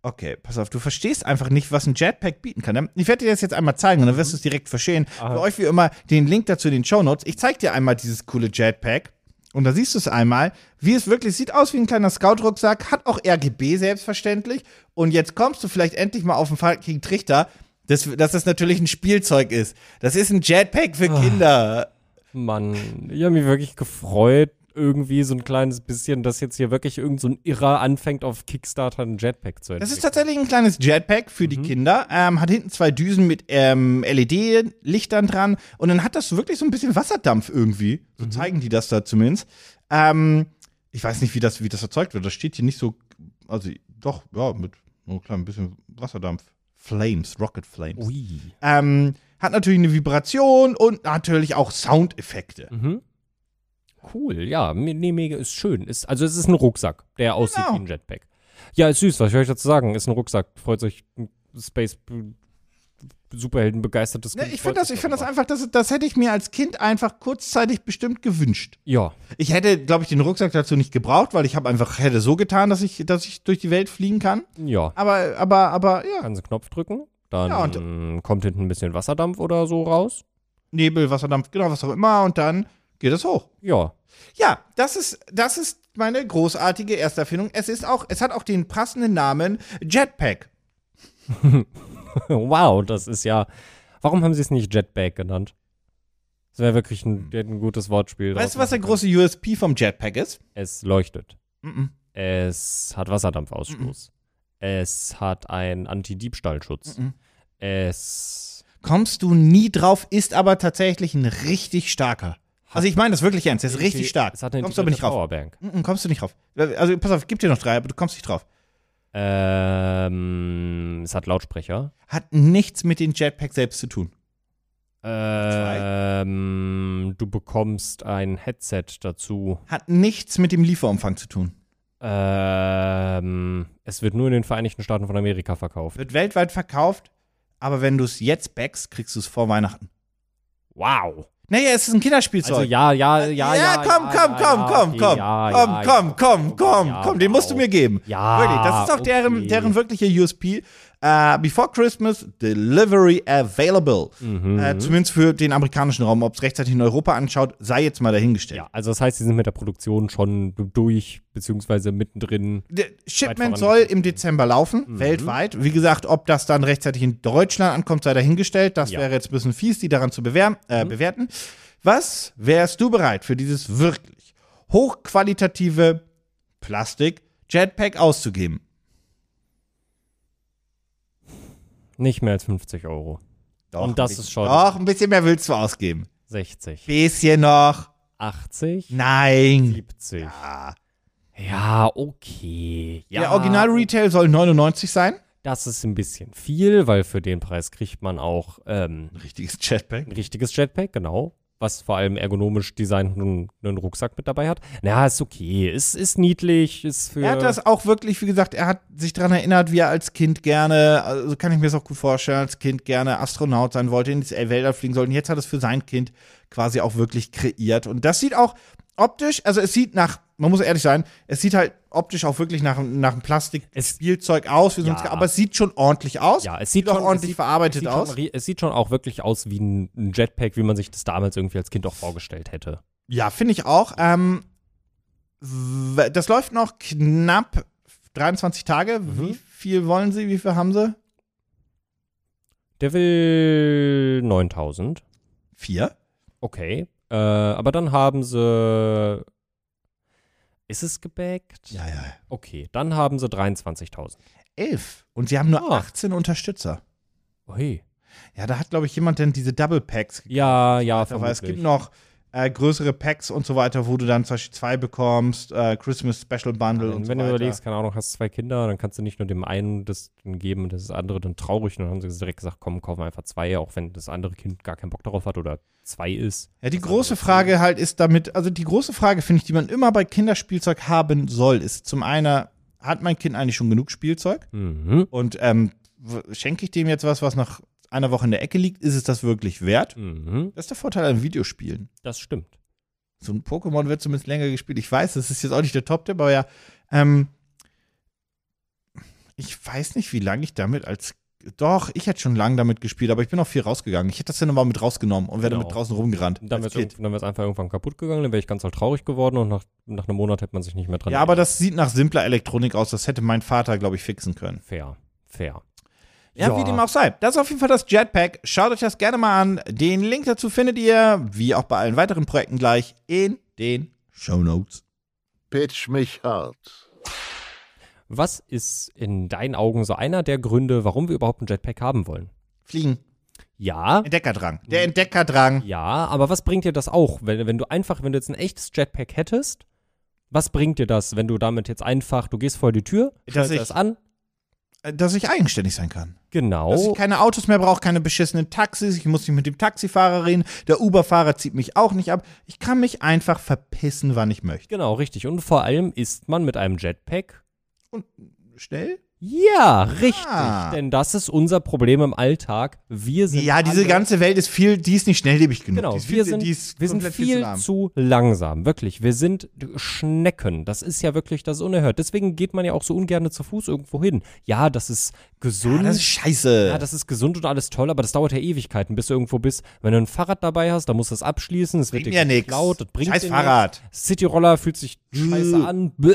Okay, pass auf, du verstehst einfach nicht, was ein Jetpack bieten kann. ne? Ich werde dir das jetzt einmal zeigen und dann wirst du es direkt verstehen. Für euch wie immer den Link dazu in den Show Notes. Ich zeige dir einmal dieses coole Jetpack und da siehst du es einmal, wie es wirklich sieht aus wie ein kleiner Scout-Rucksack, hat auch RGB selbstverständlich und jetzt kommst du vielleicht endlich mal auf den fucking Trichter, dass, dass das natürlich ein Spielzeug ist. Das ist ein Jetpack für Kinder. Mann, ich habe mich wirklich gefreut, irgendwie so ein kleines bisschen, dass jetzt hier wirklich irgend so ein Irrer anfängt, auf Kickstarter einen Jetpack zu Das entwickeln. ist tatsächlich ein kleines Jetpack für die Kinder. Ähm, hat hinten zwei Düsen mit ähm, LED-Lichtern dran. Und dann hat das wirklich so ein bisschen Wasserdampf irgendwie. So zeigen die das da zumindest. Ähm, ich weiß nicht, wie das, wie das erzeugt wird. Das steht hier nicht so. Also, doch, ja, mit so ein bisschen Wasserdampf. Flames, Rocket Flames. Ui. Ähm, hat natürlich eine Vibration und natürlich auch Soundeffekte. Mhm. Cool, ja, me- nee, mega, ist schön. Ist, also es ist ein Rucksack, der aussieht Genau. wie ein Jetpack. Ja, ist süß, was soll ich dazu sagen? Ist ein Rucksack, freut sich ein Space Superhelden begeistertes Ne, Kind, ich freut finde das, sich ich find das darüber. einfach, das, das hätte ich mir als Kind einfach kurzzeitig bestimmt gewünscht. Ja, Ich hätte, glaube ich, den Rucksack dazu nicht gebraucht, weil ich habe einfach hätte so getan, dass ich, dass ich durch die Welt fliegen kann. ja. Aber, aber, aber ja, Kannst einen Knopf drücken, Ja, dann kommt hinten ein bisschen Wasserdampf oder so raus. Nebel, Wasserdampf, genau, was auch immer, und dann geht es hoch. Ja, Ja, das ist, das ist meine großartige Ersterfindung. Es ist auch, es hat auch den passenden Namen Jetpack. Oh, Wow, das ist ja. Warum haben sie es nicht Jetpack genannt? Das wäre wirklich ein, der hätte ein gutes Wortspiel. Hm. Weißt du, draus was der machen große USP vom Jetpack ist? können. Es leuchtet. Mhm. Es hat Wasserdampfausstoß. Es hat einen Anti-Diebstahlschutz. Mhm. Es. Kommst du nie drauf, ist aber tatsächlich ein richtig starker. Also ich meine das wirklich ernst, der ist richtig stark. Es hat eine Kommst du aber nicht drauf. integrierte Powerbank. Mhm, kommst du nicht drauf. Also pass auf, ich geb dir noch drei, aber du kommst nicht drauf. Ähm, es hat Lautsprecher. Hat nichts mit den Jetpack selbst zu tun. Ähm, du bekommst ein Headset dazu. Hat nichts mit dem Lieferumfang zu tun. Ähm, es wird nur in den Vereinigten Staaten von Amerika verkauft. Wird weltweit verkauft, aber wenn du es jetzt backst, kriegst du es vor Weihnachten. Wow. Naja, es ist ein Kinderspielzeug. Also ja, ja, ja, ja, ja. komm, ja, komm, komm, ja, komm, okay, komm, ja, komm, komm, ja, ja, komm, okay, komm, ja, komm, den musst du wow. mir geben. Ja, Wirklich, das ist auch deren, okay. deren wirklicher USP. Äh, Before Christmas, Delivery Available. Mhm. Äh, zumindest für den amerikanischen Raum, ob es rechtzeitig in Europa anschaut, sei jetzt mal dahingestellt. Ja, also das heißt, sie sind mit der Produktion schon durch, beziehungsweise mittendrin. Der Shipment voran Mhm. soll im Dezember laufen, weltweit. Wie gesagt, ob das dann rechtzeitig in Deutschland ankommt, sei dahingestellt. Das Ja. Mhm. wäre jetzt ein bisschen fies, die daran zu bewerben, äh, bewerten. Was wärst du bereit für dieses wirklich hochqualitative Plastik Jetpack auszugeben? Nicht mehr als 50 Euro. Doch, Und das ein bisschen- ist schon- Doch, ein bisschen mehr willst du ausgeben. 60. Bisschen noch. 80? Nein. 70. Ja, ja okay. Ja, Der Original-Retail soll 99 sein. Das ist ein bisschen viel, weil für den Preis kriegt man auch ähm, Richtiges Jetpack. ein richtiges Jetpack, genau. Was vor allem ergonomisch designten einen Rucksack mit dabei hat. Na, ist okay. Ist, ist niedlich, ist für. Er hat das auch wirklich, wie gesagt, er hat sich daran erinnert, wie er als Kind gerne, also kann ich mir das auch gut vorstellen, als Kind gerne Astronaut sein wollte, in die Wälder fliegen sollte. Und jetzt hat er es für sein Kind quasi auch wirklich kreiert. Und das sieht auch optisch, also es sieht nach, man muss ehrlich sein, es sieht halt optisch auch wirklich nach, nach einem Es- Plastikspielzeug aus, wie sonst, Ja. aber es sieht schon ordentlich aus. Ja, es sieht, auch schon, ordentlich es sieht, verarbeitet es sieht aus. Schon, ri- es sieht schon auch wirklich aus wie ein ein Jetpack, wie man sich das damals irgendwie als Kind auch vorgestellt hätte. Ja, finde ich auch. Ähm, w- das läuft noch knapp 23 Tage. Mhm. Wie viel wollen Sie? Wie viel haben Sie? Der will 9000. Vier. Okay. Äh, aber dann haben sie. Ist es gebackt? Ja, ja. Okay, dann haben sie 23.000. Elf. Und sie haben nur Ah. 18 Unterstützer. Ui. Ja, da hat, glaube ich, jemand denn diese Double Packs gekauft. Ja, ja, Aber es gibt vermutlich. noch äh, größere Packs und so weiter, wo du dann zum Beispiel zwei bekommst, äh, Christmas Special Bundle und Wenn, so wenn du weiter. überlegst, keine Ahnung, hast zwei Kinder, dann kannst du nicht nur dem einen das geben und das andere dann traurig. Und dann haben sie direkt gesagt, komm, kaufen wir einfach zwei, auch wenn das andere Kind gar keinen Bock darauf hat oder zwei ist. ja, die große Frage halt ist damit, also die große Frage, finde ich, die man immer bei Kinderspielzeug haben soll, ist zum einen, hat mein Kind eigentlich schon genug Spielzeug? Mhm. Und ähm, w- schenke ich dem jetzt was, was nach einer Woche in der Ecke liegt? Ist es das wirklich wert? Mhm. Das ist der Vorteil an Videospielen. Das stimmt. so ein Pokémon wird zumindest länger gespielt. Ich weiß, das ist jetzt auch nicht der Top-Tipp, aber ja, ähm, ich weiß nicht, wie lange ich damit als. Doch, ich hätte schon lange damit gespielt, aber ich bin auch viel rausgegangen. Ich hätte das ja nochmal mit rausgenommen und wäre Genau. damit draußen rumgerannt. Und Dann als wäre Kind. es einfach irgendwann kaputt gegangen, dann wäre ich ganz doll traurig geworden und nach, nach einem Monat hätte man sich nicht mehr dran Ja, aber das sieht nach simpler Elektronik aus. Das hätte mein Vater, glaube ich, fixen können. Fair, fair. Ja, wie dem auch sei. Das ist auf jeden Fall das Jetpack. Schaut euch das gerne mal an. Den Link dazu findet ihr, wie auch bei allen weiteren Projekten gleich, in den Show Notes. Pitch mich hart. Was ist in deinen Augen so einer der Gründe, warum wir überhaupt ein Jetpack haben wollen? Fliegen. Ja, Entdeckerdrang. Der Mhm. Entdeckerdrang. ja, aber was bringt dir das auch, wenn, wenn du einfach, wenn du jetzt ein echtes Jetpack hättest, was bringt dir das, wenn du damit jetzt einfach, du gehst vor die Tür, Dass schnallst ich- das an, äh, Dass ich eigenständig sein kann. Dass genau, ich keine Autos mehr brauche, keine beschissenen Taxis. Ich muss nicht mit dem Taxifahrer reden. Der Uber-Fahrer zieht mich auch nicht ab. Ich kann mich einfach verpissen, wann ich möchte. genau, richtig. Und vor allem ist man mit einem Jetpack Und schnell? Ja, richtig. Ah. Denn das ist unser Problem im Alltag. Wir sind Ja, diese alle- ganze Welt ist viel, die ist nicht schnelllebig genug. Genau, die ist viel, wir sind, die ist wir sind komplett viel lahm. zu langsam, wirklich. Wir sind Schnecken. Das ist ja wirklich das ist unerhört. Deswegen geht man ja auch so ungern zu Fuß irgendwo hin. Ja, das ist gesund. Ah, das ist scheiße. Ja, das ist gesund und alles toll, aber das dauert ja Ewigkeiten, bis du irgendwo bist. Wenn du ein Fahrrad dabei hast, dann musst du es abschließen, es wird Bringt dir mir nix. geklaut, das bringt Scheiß dir Fahrrad. nix. Cityroller fühlt sich scheiße Bäh. an. Bäh.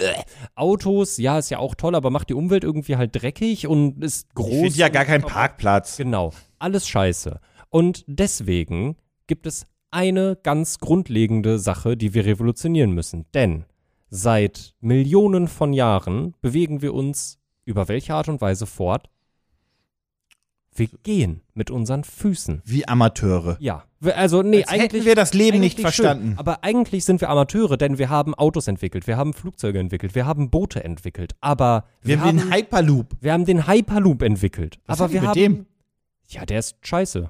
Autos, ja, ist ja auch toll, aber macht die Umwelt irgendwie halt dreckig und ist groß. ich finde ja und- gar keinen Parkplatz. Genau, alles scheiße. Und deswegen gibt es eine ganz grundlegende Sache, die wir revolutionieren müssen. Denn seit Millionen von Jahren bewegen wir uns über welche Art und Weise fort? Wir gehen mit unseren Füßen. Wie Amateure. Ja, wir- also nee, Als eigentlich hätten wir das Leben nicht eigentlich verstanden. Schön, aber eigentlich sind wir Amateure, denn wir haben Autos entwickelt, wir haben Flugzeuge entwickelt, wir haben Boote entwickelt, aber wir, wir, haben den Hyperloop. wir haben den Hyperloop entwickelt. Was aber hat wir die mit haben dem? ja, der ist scheiße.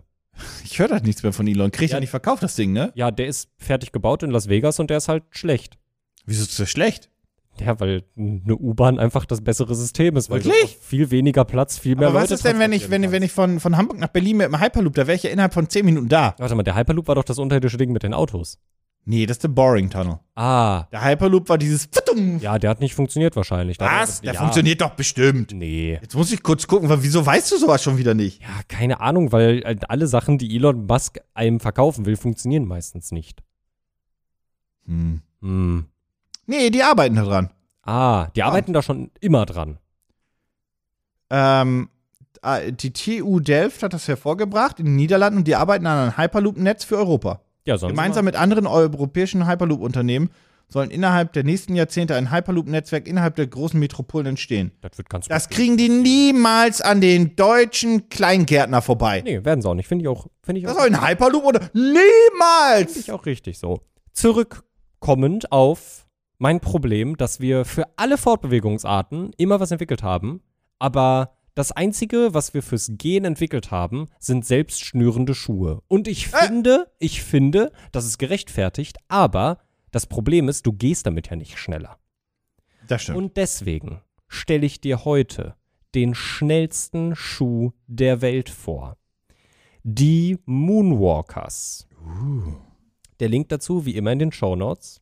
Ich höre da nichts mehr von Elon. Krieg ich Ja. ja nicht verkauft, das Ding, ne? Ja, der ist fertig gebaut in Las Vegas und der ist halt schlecht. Wieso ist das schlecht? Ja, weil eine U-Bahn einfach das bessere System ist. Weil du Wirklich? auf viel weniger Platz, viel mehr Aber was Leute ist denn, wenn ich, wenn, transportieren wenn ich von, von Hamburg nach Berlin mit dem Hyperloop, da wäre ich ja innerhalb von 10 Minuten da. kannst. Warte mal, der Hyperloop war doch das unterirdische Ding mit den Autos. Nee, das ist der Boring Tunnel. Ah, Der Hyperloop war dieses Fittum. ja, der hat nicht funktioniert wahrscheinlich. Da- Was? Der ja, funktioniert doch bestimmt. Nee. Jetzt muss ich kurz gucken, weil wieso weißt du sowas schon wieder nicht? Ja, keine Ahnung, weil äh, alle Sachen, die Elon Musk einem verkaufen will, funktionieren meistens nicht. Hm. Hm. Nee, die arbeiten da dran. Ah, die arbeiten da schon immer dran. Ähm, ah, die TU Delft hat das hervorgebracht in den Niederlanden und die arbeiten an einem Hyperloop-Netz für Europa. Ja, sonst Gemeinsam mit anderen europäischen Hyperloop-Unternehmen sollen innerhalb der nächsten Jahrzehnte ein Hyperloop-Netzwerk innerhalb der großen Metropolen entstehen. Das wird ganz Das kriegen die niemals an den deutschen Kleingärtner vorbei. Nee, werden sie auch nicht. Finde ich auch. Finde ich Das auch. soll ein Hyperloop oder niemals! Finde ich auch richtig so. Zurückkommend auf mein Problem, dass wir für alle Fortbewegungsarten immer was entwickelt haben, aber das Einzige, was wir fürs Gehen entwickelt haben, sind selbstschnürende Schuhe. Und ich finde, ich finde, das ist gerechtfertigt, aber das Problem ist, du gehst damit ja nicht schneller. Das stimmt. Und deswegen stelle ich dir heute den schnellsten Schuh der Welt vor. Die Moonwalkers. Der Link dazu, wie immer, in den Shownotes.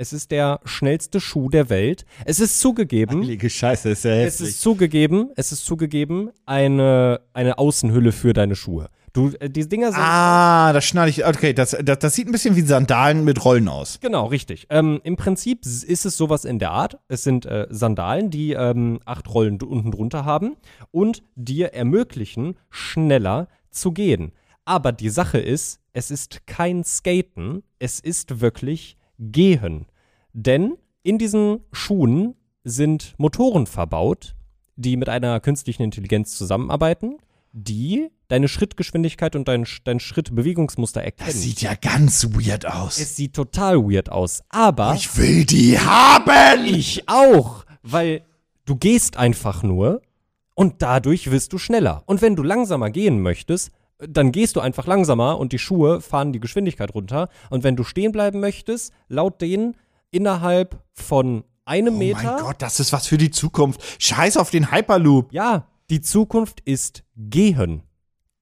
Es ist der schnellste Schuh der Welt. Es ist zugegeben, Heilige Scheiße, ist ja es ist zugegeben, es ist zugegeben, eine, eine Außenhülle für deine Schuhe. Du, äh, die Dinger sind. Ah, das schneide ich. Okay, das, das, das sieht ein bisschen wie Sandalen mit Rollen aus. Genau, richtig. Ähm, Im Prinzip s- ist es sowas in der Art. Es sind äh, Sandalen, die ähm, acht Rollen d- unten drunter haben und dir ermöglichen, schneller zu gehen. Aber die Sache ist, es ist kein Skaten, es ist wirklich Gehen. Denn in diesen Schuhen sind Motoren verbaut, die mit einer künstlichen Intelligenz zusammenarbeiten, die deine Schrittgeschwindigkeit und dein, Sch- dein Schrittbewegungsmuster erkennen. Das sieht ja ganz weird aus. Es sieht total weird aus, aber ich, ich will die haben! auch, weil du gehst einfach nur und dadurch wirst du schneller. Und wenn du langsamer gehen möchtest, dann gehst du einfach langsamer und die Schuhe fahren die Geschwindigkeit runter. Und wenn du stehen bleiben möchtest, laut denen innerhalb von einem Oh Meter. mein Gott, das ist was für die Zukunft. Scheiß auf den Hyperloop. Ja, die Zukunft ist gehen.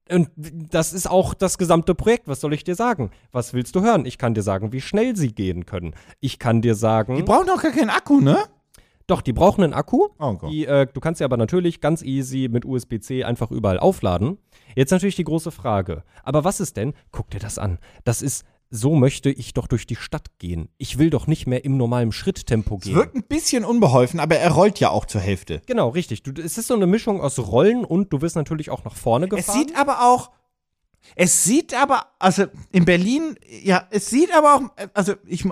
Und das ist auch das gesamte Projekt. Was soll ich dir sagen? Was willst du hören? Ich kann dir sagen, wie schnell sie gehen können. Ich kann dir sagen. Die brauchen doch gar keinen Akku, ne? Doch, die brauchen einen Akku. Oh Gott. Die, äh, du kannst sie aber natürlich ganz easy mit USB-C einfach überall aufladen. Jetzt natürlich die große Frage. Aber was ist denn? Guck dir das an. Das ist, so möchte ich doch durch die Stadt gehen. Ich will doch nicht mehr im normalen Schritttempo Es gehen. wirkt ein bisschen unbeholfen, aber er rollt ja auch zur Hälfte. Genau, richtig. Du, es ist so eine Mischung aus Rollen und du wirst natürlich auch nach vorne gefahren. Es sieht aber auch. Es sieht aber, also in Berlin, ja, es sieht aber auch, also ich,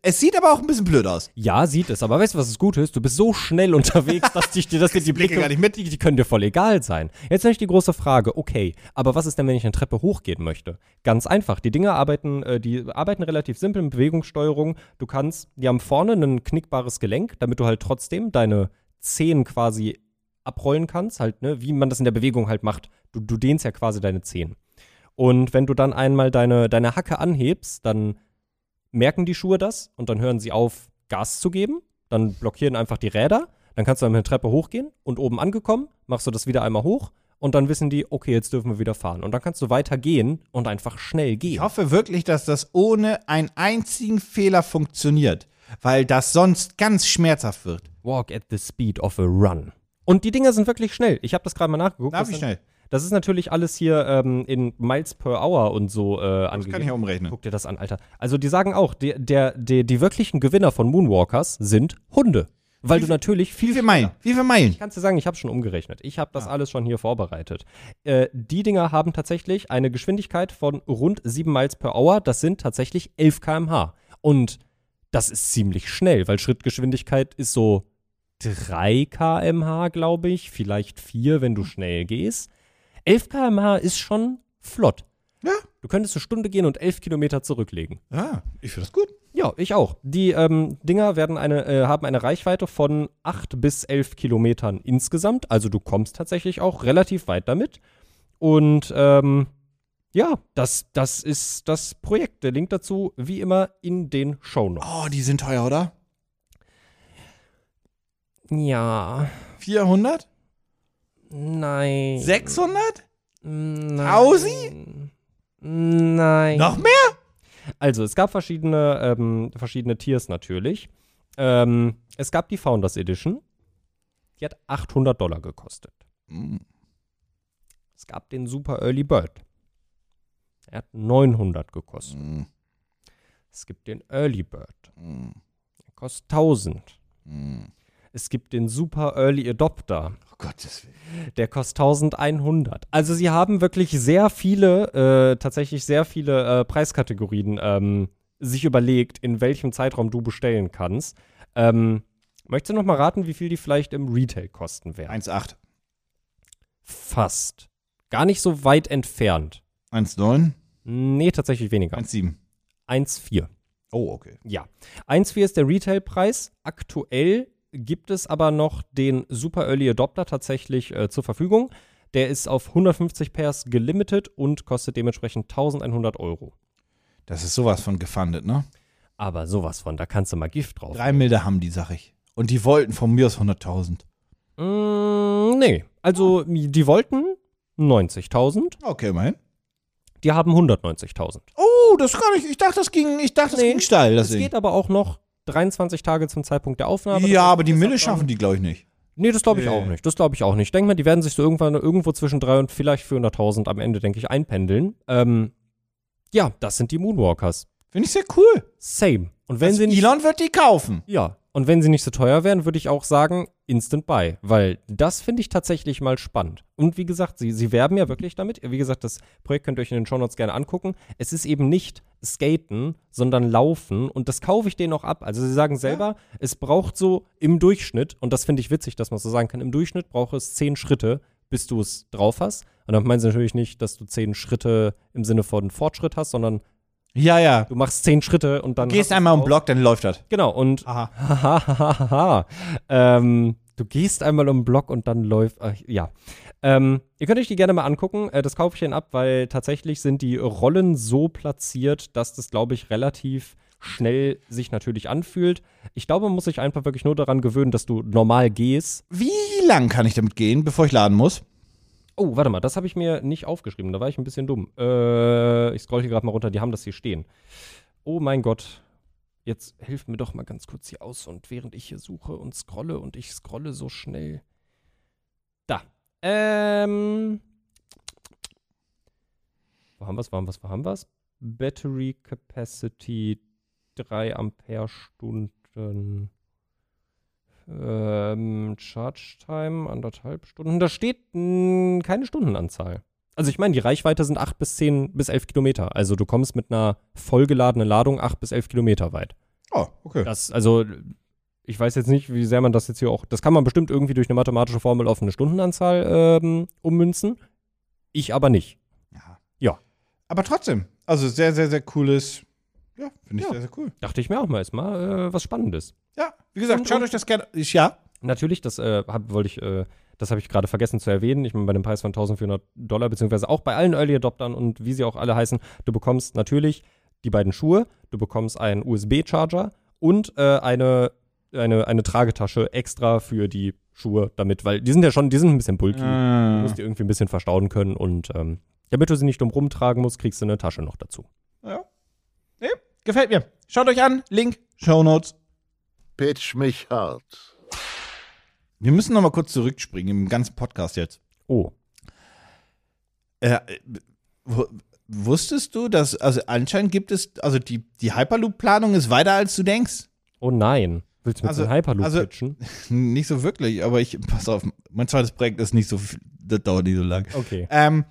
es sieht aber auch ein bisschen blöd aus. ja, sieht es, aber weißt du, was das Gute ist? Du bist so schnell unterwegs, dass dich, dass dir die blicke Blicke gar nicht mit. Die, die können dir voll egal sein. Jetzt nämlich die große Frage, okay, aber was ist denn, wenn ich eine Treppe hochgehen möchte? Ganz einfach, die Dinger arbeiten, äh, die arbeiten relativ simpel mit Bewegungssteuerung. Du kannst, die haben vorne ein knickbares Gelenk, damit du halt trotzdem deine Zehen quasi abrollen kannst, halt, ne, wie man das in der Bewegung halt macht. Du, du dehnst ja quasi deine Zehen. Und wenn du dann einmal deine, deine Hacke anhebst, dann merken die Schuhe das und dann hören sie auf, Gas zu geben. Dann blockieren einfach die Räder. Dann kannst du dann mit der Treppe hochgehen und oben angekommen, machst du das wieder einmal hoch und dann wissen die, okay, jetzt dürfen wir wieder fahren. Und dann kannst du weiter gehen und einfach schnell Ich gehen. hoffe wirklich, dass das ohne einen einzigen Fehler funktioniert, weil das sonst ganz schmerzhaft wird. Walk at the speed of a run. Und die Dinger sind wirklich schnell. Ich habe das gerade mal nachgeguckt. Darf Das ich sind- schnell? Das ist natürlich alles hier ähm, in Miles per Hour und so äh, angegeben. Kann ich ja umrechnen. Guck dir das an, Alter. Also die sagen auch, die, der, die, die wirklichen Gewinner von Moonwalkers sind Hunde. Weil du natürlich Wie viel viele Meilen? Wie viele Meilen? kannst du sagen, ich habe schon umgerechnet. Ich habe das alles schon hier vorbereitet. Äh, die Dinger haben tatsächlich eine Geschwindigkeit von rund 7 Miles per Hour. Das sind tatsächlich 11 km/h. Und das ist ziemlich schnell, weil Schrittgeschwindigkeit ist so 3 km/h, glaube ich. Vielleicht 4, wenn du schnell gehst. 11 km/h ist schon flott. Ja. Du könntest eine Stunde gehen und 11 Kilometer zurücklegen. Ja, ich finde das gut. Ja, ich auch. Die ähm, Dinger werden eine, äh, haben eine Reichweite von 8 bis 11 Kilometern insgesamt. Also du kommst tatsächlich auch relativ weit damit. Und ähm, ja, das, das ist das Projekt. Der Link dazu, wie immer, in den Shownotes. Oh, die sind teuer, oder? Ja, 400? nein. 600? Nein. Tausi? Nein. Noch mehr? Also, es gab verschiedene, ähm, verschiedene Tiers natürlich. Ähm, es gab die Founders Edition. Die hat 800 Dollar gekostet. Es gab den Super Early Bird. Er hat 900 gekostet. Es gibt den Early Bird. Der kostet 1000. Es gibt den Super Early Adopter. Oh Gottes Willen. Der kostet 1100. Also sie haben wirklich sehr viele, äh, tatsächlich sehr viele äh, Preiskategorien ähm, sich überlegt, in welchem Zeitraum du bestellen kannst. Ähm, möchtest du noch mal raten, wie viel die vielleicht im Retail kosten werden? 1,8. Fast. Gar nicht so weit entfernt. 1,9. Nee, tatsächlich weniger. 1,7. 1,4. Oh, okay. Ja. 1,4 ist der Retailpreis. Aktuell gibt es aber noch den Super Early Adopter tatsächlich äh, zur Verfügung. Der ist auf 150 Pairs gelimitet und kostet dementsprechend 1100 Euro. Das ist sowas von gefundet, ne? Aber sowas von, da kannst du mal Gift drauf. Drei Milde haben die, sag ich. Und die wollten von mir aus 100.000. Mm, nee. Also, die wollten 90.000, Okay, immerhin. die haben 190.000. Oh, das kann ich. Ich dachte, das ging, ich dachte, das Nee, ging steil. Das Es geht aber auch noch 23 Tage zum Zeitpunkt der Aufnahme. ja, Das aber die heißt, Mille das schaffen die, glaube ich, nicht. Nee, das glaube ich Nee. auch nicht. Das glaube ich auch nicht. Denk mal, die werden sich so irgendwann irgendwo zwischen 3 und vielleicht 400.000 am Ende, denke ich, einpendeln. Ähm, ja, das sind die Moonwalkers. Finde ich sehr cool. Same. Und wenn Also sie nicht, Elon wird die kaufen. ja, und wenn sie nicht so teuer wären, würde ich auch sagen, instant buy, weil das finde ich tatsächlich mal spannend. Und wie gesagt, sie, sie werben ja wirklich damit. Wie gesagt, das Projekt könnt ihr euch in den Shownotes gerne angucken. Es ist eben nicht Skaten, sondern Laufen und das kaufe ich denen auch ab. Also sie sagen selber, es braucht so im Durchschnitt, und das finde ich witzig, dass man so sagen kann, im Durchschnitt braucht es zehn Schritte, bis du es drauf hast. Und dann meinen sie natürlich nicht, dass du zehn Schritte im Sinne von Fortschritt hast, sondern Ja, ja. du machst zehn Schritte und dann. Du gehst hast du's einmal um drauf. Block, dann läuft das. Genau, und Aha. Hahaha. ähm, du gehst einmal um den Block und dann läuft. Äh, ja. Ähm, ihr könnt euch die gerne mal angucken. Äh, das kaufe ich Ihnen ab, weil tatsächlich sind die Rollen so platziert, dass das, glaube ich, relativ schnell sich natürlich anfühlt. Ich glaube, man muss sich einfach wirklich nur daran gewöhnen, dass du normal gehst. Wie lang kann ich damit gehen, bevor ich laden muss? Oh, warte mal, das habe ich mir nicht aufgeschrieben. Da war ich ein bisschen dumm. Äh, ich scroll hier gerade mal runter. Die haben das hier stehen. Oh mein Gott. Jetzt helf mir doch mal ganz kurz hier aus und während ich hier suche und scrolle und ich scrolle so schnell. Da. Ähm. Wo haben wir's, wo haben wir's, wo haben wir's? Battery Capacity 3 Ampere Stunden. Ähm, Charge Time anderthalb Stunden. Da steht mh, keine Stundenanzahl. Also ich meine, die Reichweite sind 8 bis 10 bis 11 Kilometer. Also du kommst mit einer vollgeladenen Ladung 8 bis 11 Kilometer weit. Oh, okay. Das, also ich weiß jetzt nicht, wie sehr man das jetzt hier auch, das kann man bestimmt irgendwie durch eine mathematische Formel auf eine Stundenanzahl ähm, ummünzen. Ich aber nicht. Ja. Ja. Aber trotzdem, also sehr, sehr, sehr cooles. Ja, finde ich Ja. sehr, sehr cool. Dachte ich mir auch mal, ist mal äh, was Spannendes. Ja, wie gesagt, Und- schaut und- euch das gerne. Ich, ja. Natürlich, das äh, hab, wollte ich, äh, das habe ich gerade vergessen zu erwähnen. Ich meine, bei dem Preis von 1400 Dollar, beziehungsweise auch bei allen Early Adoptern und wie sie auch alle heißen, du bekommst natürlich die beiden Schuhe, du bekommst einen USB-Charger und äh, eine, eine, eine Tragetasche extra für die Schuhe damit, weil die sind ja schon, die sind ein bisschen bulky. Ah. Du musst die irgendwie ein bisschen verstauen können und ähm, damit du sie nicht dumm rumtragen musst, kriegst du eine Tasche noch dazu. Ja. Nee, gefällt mir. Schaut euch an. Link, Show Notes. Pitch mich hart. Wir müssen noch mal kurz zurückspringen im ganzen Podcast jetzt. Oh. Äh, w- wusstest du, dass, also anscheinend gibt es, also die, die Hyperloop-Planung ist weiter als du denkst. Oh nein. Willst du mit Also- dem Hyperloop also- pitchen? Nicht so wirklich, aber ich, pass auf, mein zweites Projekt ist nicht so, viel- das dauert nicht so lang. Okay. Ähm,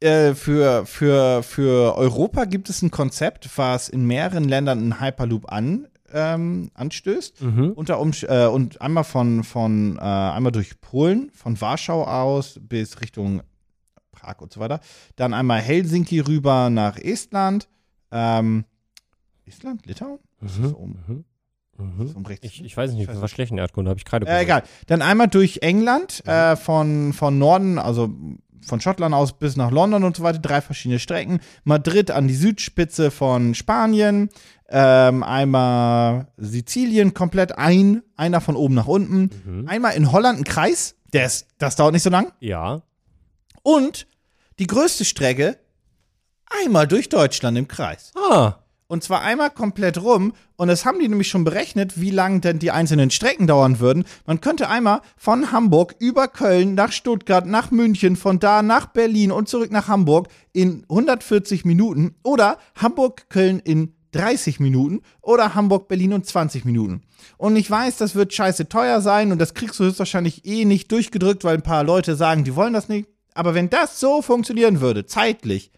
äh, für, für, für Europa gibt es ein Konzept, was in mehreren Ländern einen Hyperloop an, ähm, anstößt. Mhm. Unter Umsch äh, und einmal von, von äh, einmal durch Polen, von Warschau aus bis Richtung Prag und so weiter. Dann einmal Helsinki rüber nach Estland. Ähm, Estland? Litauen? Ist das um, Mhm. ist Mhm. das um rechts? Ich, ich weiß nicht, Scheiße. was schlechten Erdkunde habe ich gerade Äh, egal. Dann einmal durch England, äh, von, von Norden, also von Schottland aus bis nach London und so weiter, drei verschiedene Strecken. Madrid an die Südspitze von Spanien, ähm, einmal Sizilien komplett ein, einer von oben nach unten, einmal in Holland ein Kreis, der ist, das dauert nicht so lang. Ja. Und die größte Strecke, einmal durch Deutschland im Kreis. Ah. Und zwar einmal komplett rum. Und das haben die nämlich schon berechnet, wie lang denn die einzelnen Strecken dauern würden. Man könnte einmal von Hamburg über Köln nach Stuttgart, nach München, von da nach Berlin und zurück nach Hamburg in 140 Minuten oder Hamburg-Köln in 30 Minuten oder Hamburg-Berlin in 20 Minuten. Und ich weiß, das wird scheiße teuer sein und das kriegst du höchstwahrscheinlich eh nicht durchgedrückt, weil ein paar Leute sagen, die wollen das nicht. Aber wenn das so funktionieren würde, zeitlich,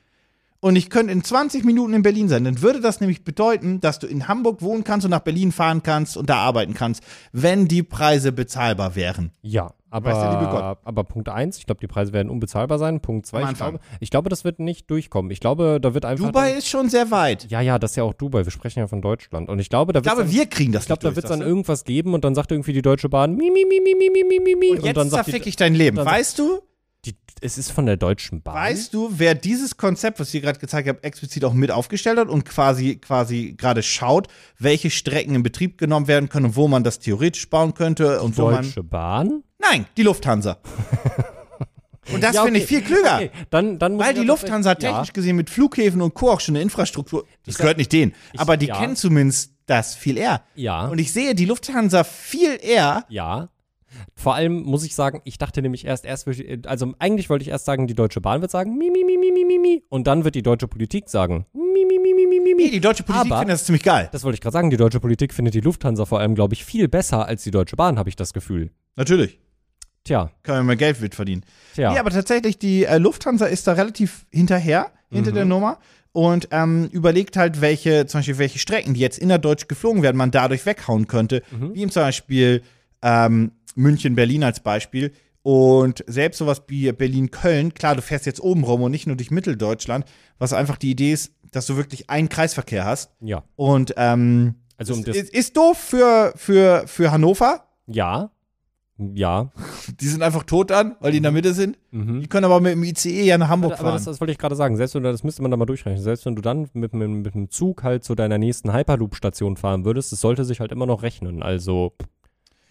und ich könnte in 20 Minuten in Berlin sein, dann würde das nämlich bedeuten, dass du in Hamburg wohnen kannst und nach Berlin fahren kannst und da arbeiten kannst, wenn die Preise bezahlbar wären. Ja, aber, Weiß der liebe Gott. aber Punkt eins, ich glaube, die Preise werden unbezahlbar sein. Punkt zwei, Am ich Anfang. glaube, ich glaube, das wird nicht durchkommen. Ich glaube, da wird einfach. Dubai Dann, ist schon sehr weit. ja, ja, das ist ja auch Dubai. Wir sprechen ja von Deutschland. Und ich glaube, da Ich glaube, wir kriegen das ne? ich glaube, da nicht wird durch, es dann sagst du? irgendwas geben und dann sagt irgendwie die Deutsche Bahn, mi, mi, mi, mi, mi, mi, mi, mi, mi. Und, dann Jetzt sagt die, zerfick ich dein Leben. dann sagt- Weißt du, die, es ist von der Deutschen Bahn. weißt du, wer dieses Konzept, was ich dir gerade gezeigt habe, explizit auch mit aufgestellt hat und quasi, quasi gerade schaut, welche Strecken in Betrieb genommen werden können und wo man das theoretisch bauen könnte und wo man. Deutsche Bahn? Nein, die Lufthansa. und das Ja, finde ich okay. viel klüger. Okay, dann, dann muss Weil ich die ja tatsächlich- Lufthansa technisch gesehen mit Flughäfen und Co. auch schon eine Infrastruktur. Das gehört nicht denen, aber die ja. kennen zumindest das viel eher. Ja. Und ich sehe die Lufthansa viel eher. Ja. Vor allem muss ich sagen, ich dachte nämlich erst, erst würde ich, also eigentlich wollte ich erst sagen, die Deutsche Bahn wird sagen, mi, mi, mi, mi, mi, mi, mi. Und dann wird die deutsche Politik sagen, mi, mi, mi, mi, mi, Nee, mi, mi. die deutsche Politik Aber- findet das ziemlich geil. Das wollte ich gerade sagen, die deutsche Politik findet die Lufthansa vor allem, glaube ich, viel besser als die Deutsche Bahn, habe ich das Gefühl. Natürlich. Tja, Können wir mehr Geld mit verdienen. tja. Nee, aber tatsächlich, die äh, Lufthansa ist da relativ hinterher, hinter Mhm. der Nummer. Und ähm, überlegt halt, welche, zum Beispiel, welche Strecken, die jetzt innerdeutsch geflogen werden, man dadurch weghauen könnte. Mhm. Wie im zum Beispiel ähm, München-Berlin als Beispiel. Und selbst sowas wie Berlin-Köln, klar, du fährst jetzt oben rum und nicht nur durch Mitteldeutschland, was einfach die Idee ist, dass du wirklich einen Kreisverkehr hast. ja. Und ähm, Also um das, ist, ist doof für, für, für Hannover, ja. Ja. die sind einfach tot an, weil die in der Mitte sind. Die können aber mit dem ICE ja nach Hamburg Mhm. Aber fahren. das, das wollte ich gerade sagen, selbst wenn du, das müsste man da mal durchrechnen, selbst wenn du dann mit, mit, mit dem Zug halt zu deiner nächsten Hyperloop-Station fahren würdest, es sollte sich halt immer noch rechnen. Also,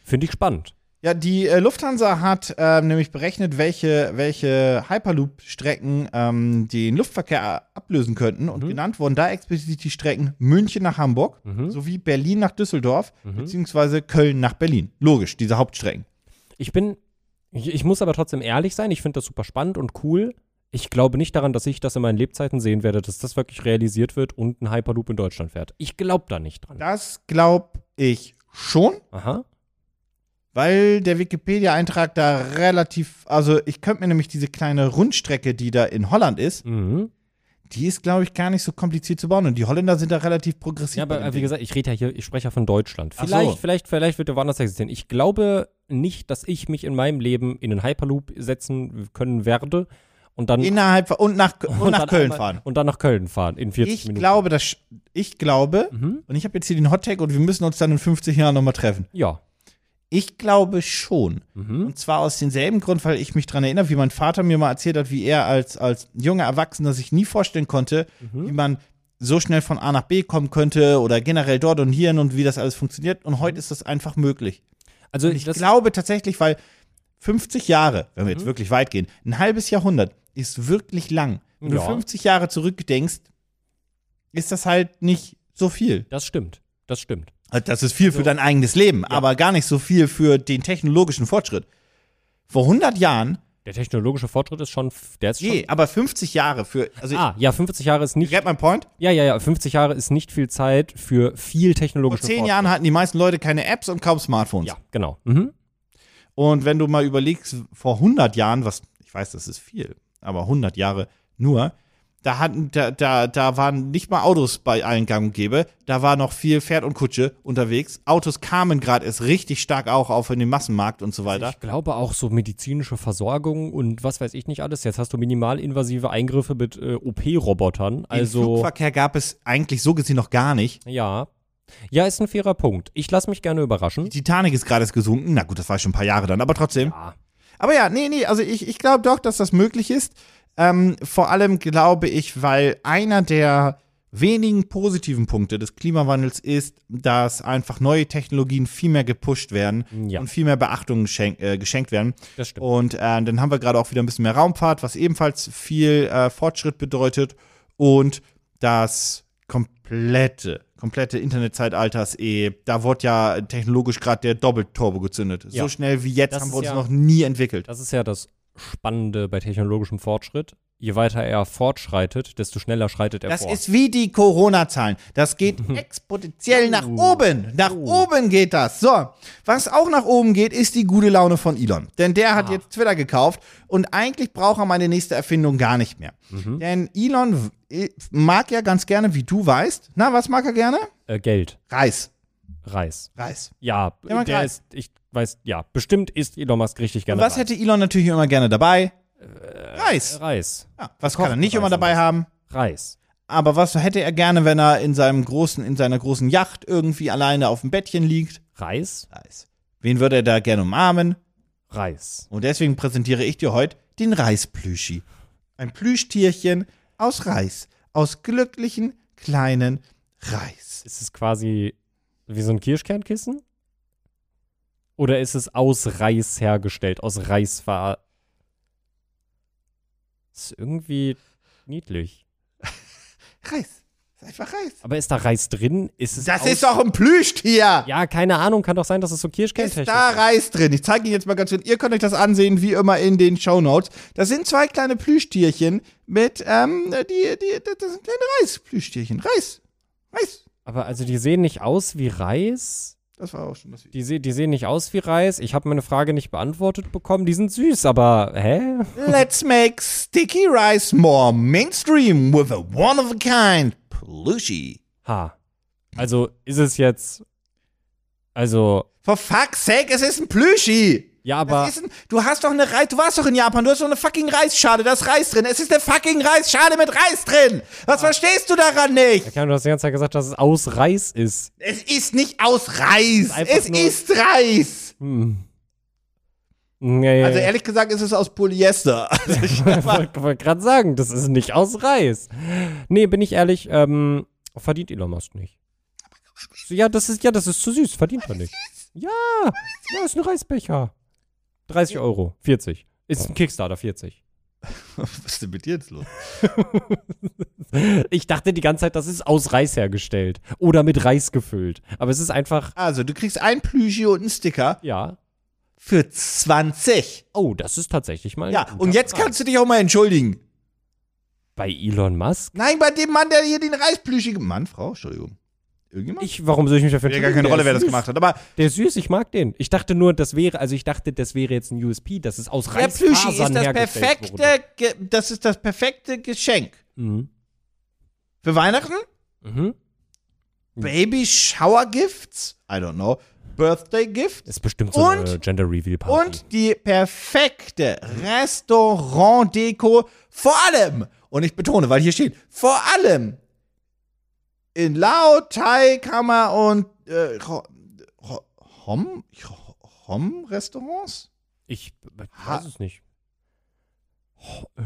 finde ich spannend. Ja, die äh, Lufthansa hat ähm, nämlich berechnet, welche, welche Hyperloop-Strecken ähm, den Luftverkehr ablösen könnten. Und Mhm. genannt wurden da explizit die Strecken München nach Hamburg Mhm. sowie Berlin nach Düsseldorf Mhm. beziehungsweise Köln nach Berlin. Logisch, diese Hauptstrecken. Ich bin, ich, ich muss aber trotzdem ehrlich sein, ich finde das super spannend und cool. Ich glaube nicht daran, dass ich das in meinen Lebzeiten sehen werde, dass das wirklich realisiert wird und ein Hyperloop in Deutschland fährt. Ich glaube da nicht dran. Das glaube ich schon, Aha. weil der Wikipedia-Eintrag da relativ, also ich könnte mir nämlich diese kleine Rundstrecke, die da in Holland ist, Mhm. die ist, glaube ich, gar nicht so kompliziert zu bauen. Und die Holländer sind da relativ progressiv. Ja, aber bei äh, den wie Dingen. gesagt, ich rede ja hier, ich spreche ja von Deutschland. Ach so. Vielleicht, vielleicht, vielleicht wird der woanders existieren. Ich glaube nicht, dass ich mich in meinem Leben in einen Hyperloop setzen können werde und dann innerhalb von- und nach, und nach dann Köln einmal- fahren. Und dann nach Köln fahren in 40 Ich Minuten. glaube, dass sch- ich glaube, Mhm. und ich habe jetzt hier den Hottag und wir müssen uns dann in 50 Jahren nochmal treffen. Ja. Ich glaube schon. Mhm. Und zwar aus demselben Grund, weil ich mich daran erinnere, wie mein Vater mir mal erzählt hat, wie er als, als junger Erwachsener sich nie vorstellen konnte, Mhm. wie man so schnell von A nach B kommen könnte oder generell dort und hierhin und wie das alles funktioniert. Mhm. Und heute ist das einfach möglich. Also Und ich das, Mhm. glaube tatsächlich, weil 50 Jahre, wenn wir jetzt wirklich weit gehen, ein halbes Jahrhundert ist wirklich lang. Wenn du Ja. 50 Jahre zurückdenkst, ist das halt nicht so viel. das stimmt. Das stimmt. Also Das ist viel für dein eigenes Leben, aber gar nicht so viel für den technologischen Fortschritt. Vor 100 Jahren, Der technologische Fortschritt ist schon, f- der ist schon. je, aber 50 Jahre für, also Ah, ja, 50 Jahre ist ich nicht, get my point, ja, ja, ja, 50 Jahre ist nicht viel Zeit für viel vor technologischen 10 Fortschritt. Jahren hatten die meisten Leute keine Apps und kaum Smartphones. Ja, genau. Mhm. Und wenn du mal überlegst, vor 100 Jahren, was ich weiß, das ist viel, aber 100 Jahre nur, da hatten da da, da waren nicht mal Autos bei allen Gang und Gäbe, da war noch viel Pferd und Kutsche unterwegs. Autos kamen gerade erst richtig stark auch auf in den Massenmarkt und so weiter. Ich glaube auch so medizinische Versorgung und was weiß ich nicht alles. Jetzt hast du minimalinvasive Eingriffe mit äh, OP-Robotern. den Also Flugverkehr gab es eigentlich so gesehen noch gar nicht. ja, ja, ist ein fairer Punkt. Ich lasse mich gerne überraschen. Die Titanic ist gerade erst gesunken. Na gut, das war schon ein paar Jahre dann, aber trotzdem. Ja. Aber ja, nee, nee, also ich, ich glaube doch, dass das möglich ist. Ähm, vor allem glaube ich, weil einer der wenigen positiven Punkte des Klimawandels ist, dass einfach neue Technologien viel mehr gepusht werden Ja. und viel mehr Beachtung geschenk, äh, geschenkt werden. Das stimmt. Und äh, dann haben wir gerade auch wieder ein bisschen mehr Raumfahrt, was ebenfalls viel äh, Fortschritt bedeutet. Und das komplette, komplette Internetzeitalters eh, da wurde ja technologisch gerade der Doppelturbo gezündet. So Ja. schnell wie jetzt Das haben wir ist uns ja- noch nie entwickelt. Das ist ja das Spannende bei technologischem Fortschritt. Je weiter er fortschreitet, desto schneller schreitet er Das vor. ist wie die Corona-Zahlen. Das geht Uh. exponentiell nach oben. Nach oben geht das. So, was auch nach oben geht, ist die gute Laune von Elon. Denn der Ah. hat jetzt Twitter gekauft und eigentlich braucht er meine nächste Erfindung gar nicht mehr. Mhm. Denn Elon w- äh, mag ja ganz gerne, wie du weißt. Na, was mag er gerne? äh, Geld, Reis. Reis. Reis. Ja, Ja, man der kann- ist, ich weiß, ja, bestimmt ist Elon Musk richtig Und gerne was Reis. hätte Elon natürlich immer gerne dabei? Reis. Reis. Ja, was kann er nicht Reis immer am dabei besten. haben? Reis. Aber was hätte er gerne, wenn er in seinem großen, in seiner großen Yacht irgendwie alleine auf dem Bettchen liegt? Reis. Reis. Wen würde er da gerne umarmen? Reis. Und deswegen präsentiere ich dir heute den Reisplüschi. Ein Plüschtierchen aus Reis. Aus glücklichen, kleinen Reis. Ist es quasi wie so ein Kirschkernkissen? Oder ist es aus Reis hergestellt, aus Reisfahr? Ist irgendwie niedlich. Reis. Ist einfach Reis. Aber ist da Reis drin? Ist es Das aus- ist doch ein Plüschtier. Ja, keine Ahnung, kann doch sein, dass es so Ist Kirschkerntechnik da Reis drin? Ich zeige Ihnen jetzt mal ganz schön. Ihr könnt euch das ansehen, wie immer in den Shownotes. Das sind zwei kleine Plüschtierchen mit, ähm, die, die, das sind kleine Reisplüschtierchen. Reis. Reis. Aber also die sehen nicht aus wie Reis. Das war auch schon das Video. Die, se die sehen nicht aus wie Reis. Ich habe meine Frage nicht beantwortet bekommen. Die sind süß, aber hä? Let's make sticky rice more mainstream with a one-of-a-kind plushie. Ha. Also ist es jetzt. Also, For fuck's sake, es ist ein Plüschi. ja, aber. Das ist ein, du hast doch eine Reis, du warst doch in Japan, du hast doch eine fucking Reisschale, da ist Reis drin. Es ist eine fucking Reisschale mit Reis drin. Was Ah. verstehst du daran nicht? Ja, du hast die ganze Zeit gesagt, dass es aus Reis ist. Es ist nicht aus Reis, einfach es nur- ist Reis. Hm. Nee. Also ehrlich gesagt ist es aus Polyester. Also ich- ich wollte wollt gerade sagen, das ist nicht aus Reis. Nee, bin ich ehrlich, ähm, verdient Elon Musk nicht. Ja, das ist, ja, das ist zu süß, verdient er nicht. Ja, ist ein Reisbecher. 30 Euro, 40. Ist ein Kickstarter, 40. Was ist denn mit dir jetzt los? Ich dachte die ganze Zeit, das ist aus Reis hergestellt oder mit Reis gefüllt. Aber es ist einfach, Also, du kriegst ein Plüschi und einen Sticker ja. für 20. Oh, das ist tatsächlich mal. ein Ja, guter und jetzt Preis. kannst du dich auch mal entschuldigen. Bei Elon Musk? Nein, bei dem Mann, der hier den Reisplüschi ge- Mann, Frau, Entschuldigung. Irgendjemand? Ich, warum soll ich mich dafür Spielt ja gar keine entschuldigen? Rolle, wer Der ist das süß. gemacht hat. Aber Der ist süß, ich mag den. Ich dachte nur, das wäre, also ich dachte, das wäre jetzt ein USP, das ist aus der Reisfasern Plüschi ist das hergestellt perfekte, Ge- das ist das perfekte Geschenk. Wurde. Für Weihnachten? Mhm. Mhm. Baby Shower Gifts? I don't know. Birthday Gift? Ist bestimmt so eine Und- Gender Reveal Party. Und die perfekte Restaurant-Deko vor allem, und ich betone, weil hier steht, vor allem in Lao, Thai, Kammer und äh, Ro- Ro- Hom? Hom Restaurants? Ich Ha- weiß es nicht.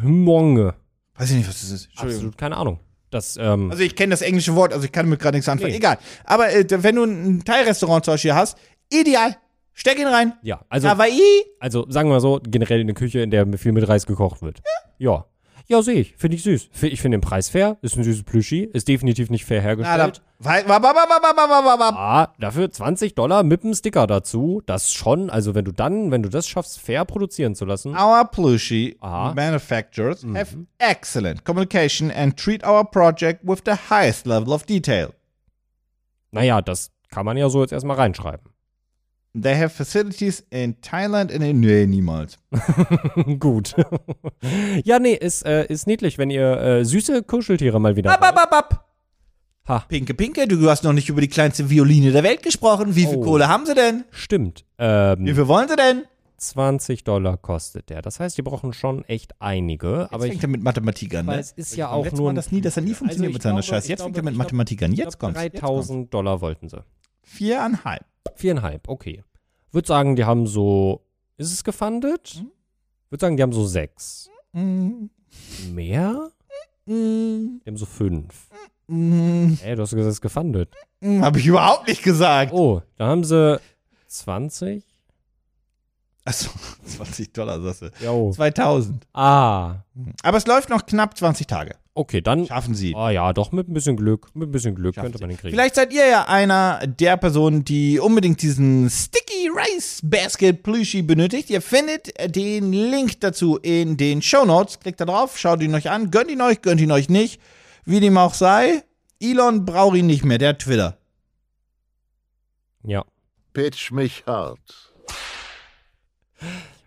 Hmonge. Weiß ich nicht, was das ist. Absolut keine Ahnung. Das, ähm, Also ich kenne das englische Wort, also ich kann damit gerade nichts anfangen. Nee. Egal. Aber äh, wenn du ein Thai-Restaurant zum Beispiel hast, ideal. Steck ihn rein. ja, also, Hawaii. also sagen wir mal so, generell eine Küche, in der viel mit Reis gekocht wird. Ja. Ja, sehe ich. Finde ich süß. F- Ich finde den Preis fair. Ist ein süßes Plüschi. Ist definitiv nicht fair Na, da, hergestellt. wei- wa- wa- wa- wa- wa- wa- wa- wa- Ah, dafür 20 Dollar mit einem Sticker dazu. Das schon. Also wenn du dann, wenn du das schaffst, fair produzieren zu lassen. Our plushie Aha. Mhm. manufacturers have excellent communication and treat our project with the highest level of detail. Naja, das kann man ja so jetzt erstmal reinschreiben. They have facilities in Thailand and in... Nee, niemals. Gut. ja, nee, ist, äh, ist niedlich, wenn ihr äh, süße Kuscheltiere mal wieder. Ab, ab, ab, ab. Ha. Pinke, Pinke, du hast noch nicht über die kleinste Violine der Welt gesprochen. Wie viel Oh. Kohle haben sie denn? Stimmt. Wie Ähm, viel wollen sie denn? 20 Dollar kostet der. Das heißt, die brauchen schon echt einige. Jetzt aber fängt ich, er mit Mathematik an. aber Ne? es ist ja Beim auch letzten nur. Mal ein- das nie, das hat nie funktioniert ich mit seiner glaube, Scheiße. ich Jetzt fängt er glaube, mit ich Mathematik an. ich Jetzt glaub, kommt's. Jetzt kommt's. 3000 Dollar wollten sie. Viereinhalb. Viereinhalb, okay. Würde sagen, die haben so. Ist es gefundet? Würde sagen, die haben so sechs. Hm. Mm, Mehr? mm, Die haben so fünf. mm, Ey, du hast gesagt, es ist gefundet. mm, Hab ich überhaupt nicht gesagt. Oh, da haben sie 20? Achso, 20 Dollar, sagst du. Jo. 2000. Ah. Aber es läuft noch knapp 20 Tage. Okay, dann. Schaffen Sie. Ah ja, doch, mit ein bisschen Glück. Mit ein bisschen Glück Schaffen könnte man den kriegen. Vielleicht seid ihr ja einer der Personen, die unbedingt diesen Sticky Rice Basket Plushie benötigt. Ihr findet den Link dazu in den Show Notes. Klickt da drauf, schaut ihn euch an. Gönnt ihn euch, gönnt ihn euch nicht. Wie dem auch sei, Elon braucht ihn nicht mehr, der hat Twitter. Ja. Pitch mich hart.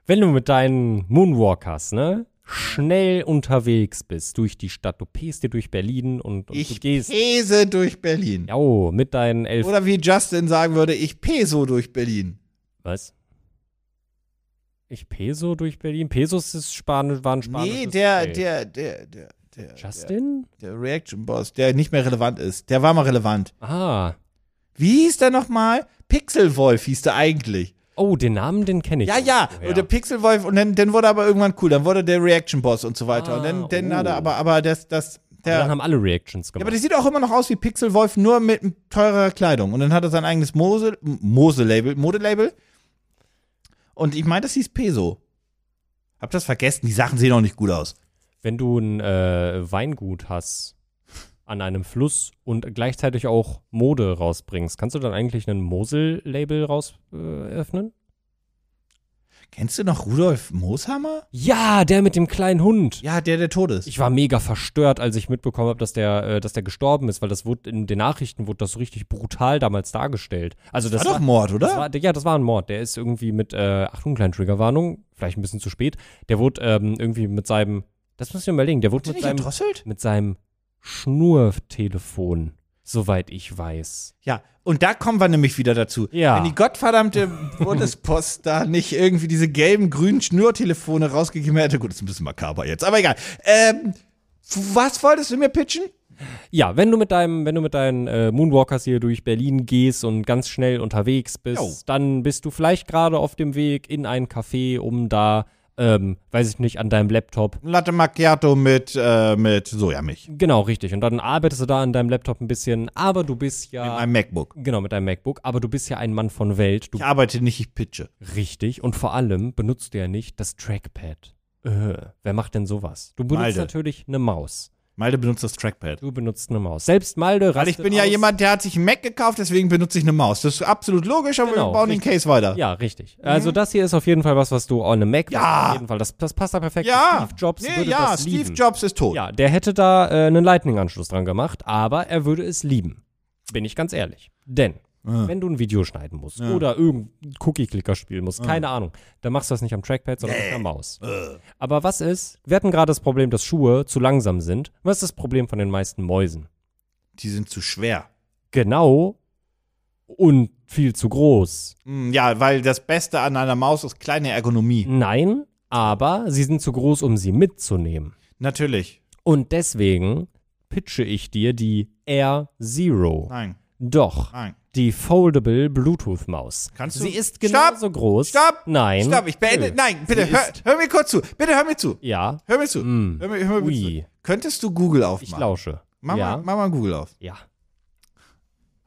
Wenn du mit deinen Moonwalkers, ne? Schnell unterwegs bist durch die Stadt. Du pest dir durch Berlin und, und du Ich gehst. pese durch Berlin. Jo, mit deinen elf. Oder wie Justin sagen würde, ich peso durch Berlin. Was? Ich peso durch Berlin? Pesos ist Spanisch, war ein spanisches Nee, der, Geld. der, der, der, der, Justin? der Reaction-Boss, der nicht mehr relevant ist. Der war mal relevant. Ah. Wie hieß der nochmal? Pixelwolf hieß der eigentlich. Oh, den Namen, den kenne ich. Ja, ja. irgendwoher. Und der Pixelwolf, und dann, dann wurde er aber irgendwann cool. Dann wurde der Reaction-Boss und so weiter. Ah, und dann, dann oh. hat er aber, aber das, das, der. Dann haben alle Reactions ja, gemacht. aber der sieht auch immer noch aus wie Pixelwolf, nur mit teurer Kleidung. Und dann hat er sein eigenes Mose, Mose-Label, Modelabel. Und ich meine, das hieß Peso. Hab das vergessen, die Sachen sehen auch nicht gut aus. Wenn du ein äh, Weingut hast an einem Fluss und gleichzeitig auch Mode rausbringst, kannst du dann eigentlich ein Mosel-Label raus äh, öffnen? Kennst du noch Rudolf Mooshammer? Ja, der mit dem kleinen Hund. Ja, der, der tot ist. Ich war mega verstört, als ich mitbekommen habe, dass der, äh, dass der gestorben ist, weil das wurde in den Nachrichten wurde das so richtig brutal damals dargestellt. Also das, war doch Mord, oder? Das war, ja, das war ein Mord. Der ist irgendwie mit, äh, Achtung, kleine Triggerwarnung, vielleicht ein bisschen zu spät. Der wurde ähm, irgendwie mit seinem, das muss ich mir überlegen, der wurde Wurde mit nicht seinem, erdrosselt? mit seinem Schnurtelefon, soweit ich weiß. Ja, und da kommen wir nämlich wieder dazu. Ja. Wenn die gottverdammte Bundespost da nicht irgendwie diese gelben, grünen Schnürtelefone rausgegeben hätte, gut, das ist ein bisschen makaber jetzt, aber egal. Ähm, was wolltest du mir pitchen? Ja, wenn du mit deinem, wenn du mit deinen äh, Moonwalkers hier durch Berlin gehst und ganz schnell unterwegs bist, Jo. dann bist du vielleicht gerade auf dem Weg in ein Café, um da äh, ähm, weiß ich nicht, an deinem Laptop. Latte Macchiato mit, äh, mit Sojamilch. Genau, richtig. Und dann arbeitest du da an deinem Laptop ein bisschen, aber du bist Mit ja. meinem MacBook. Genau, mit deinem MacBook, aber du bist ja ein Mann von Welt. Du Ich arbeite nicht, ich pitche. Richtig. Und vor allem benutzt du ja nicht das Trackpad. Äh, wer macht denn sowas? Du benutzt Malde. natürlich eine Maus. Malde benutzt das Trackpad. Du benutzt eine Maus. Selbst Malde Weil ich rastet bin ja aus. jemand, der hat sich einen Mac gekauft, deswegen benutze ich eine Maus. Das ist absolut logisch, aber Genau, wir bauen den Case weiter. Ja, richtig. Also das hier ist auf jeden Fall was, was du on a Mac Ja. machst. Auf jeden Fall. Das, das passt da perfekt. Ja, Steve Jobs nee, würde ja, das Steve lieben. Jobs ist tot. Ja, der hätte da äh, einen Lightning-Anschluss dran gemacht, aber er würde es lieben. Bin ich ganz ehrlich. Denn, wenn du ein Video schneiden musst oder irgendein Cookie-Clicker spielen musst, keine Ahnung, dann machst du das nicht am Trackpad, sondern mit der Maus. Äh. Aber was ist, wir hatten gerade das Problem, dass Schuhe zu langsam sind. Was ist das Problem von den meisten Mäusen? Die sind zu schwer. Genau und viel zu groß. Hm, Ja, weil das Beste an einer Maus ist kleine Ergonomie. Nein, aber sie sind zu groß, um sie mitzunehmen. Natürlich. Und deswegen pitche ich dir die Air Zero. Nein, Doch. nein. Die Foldable Bluetooth Maus. Kannst du- Sie ist Stopp! genauso groß. Stopp! Nein. Stopp, ich beende. Nö. Nein, bitte, Sie hör, ist- hör mir kurz zu. Bitte hör mir zu. Ja, Hör mir zu. Mm. Hör mir, hör mir Ui. zu. Könntest du Google aufmachen? ich lausche. Mach, ja. mal, mach mal Google auf. ja.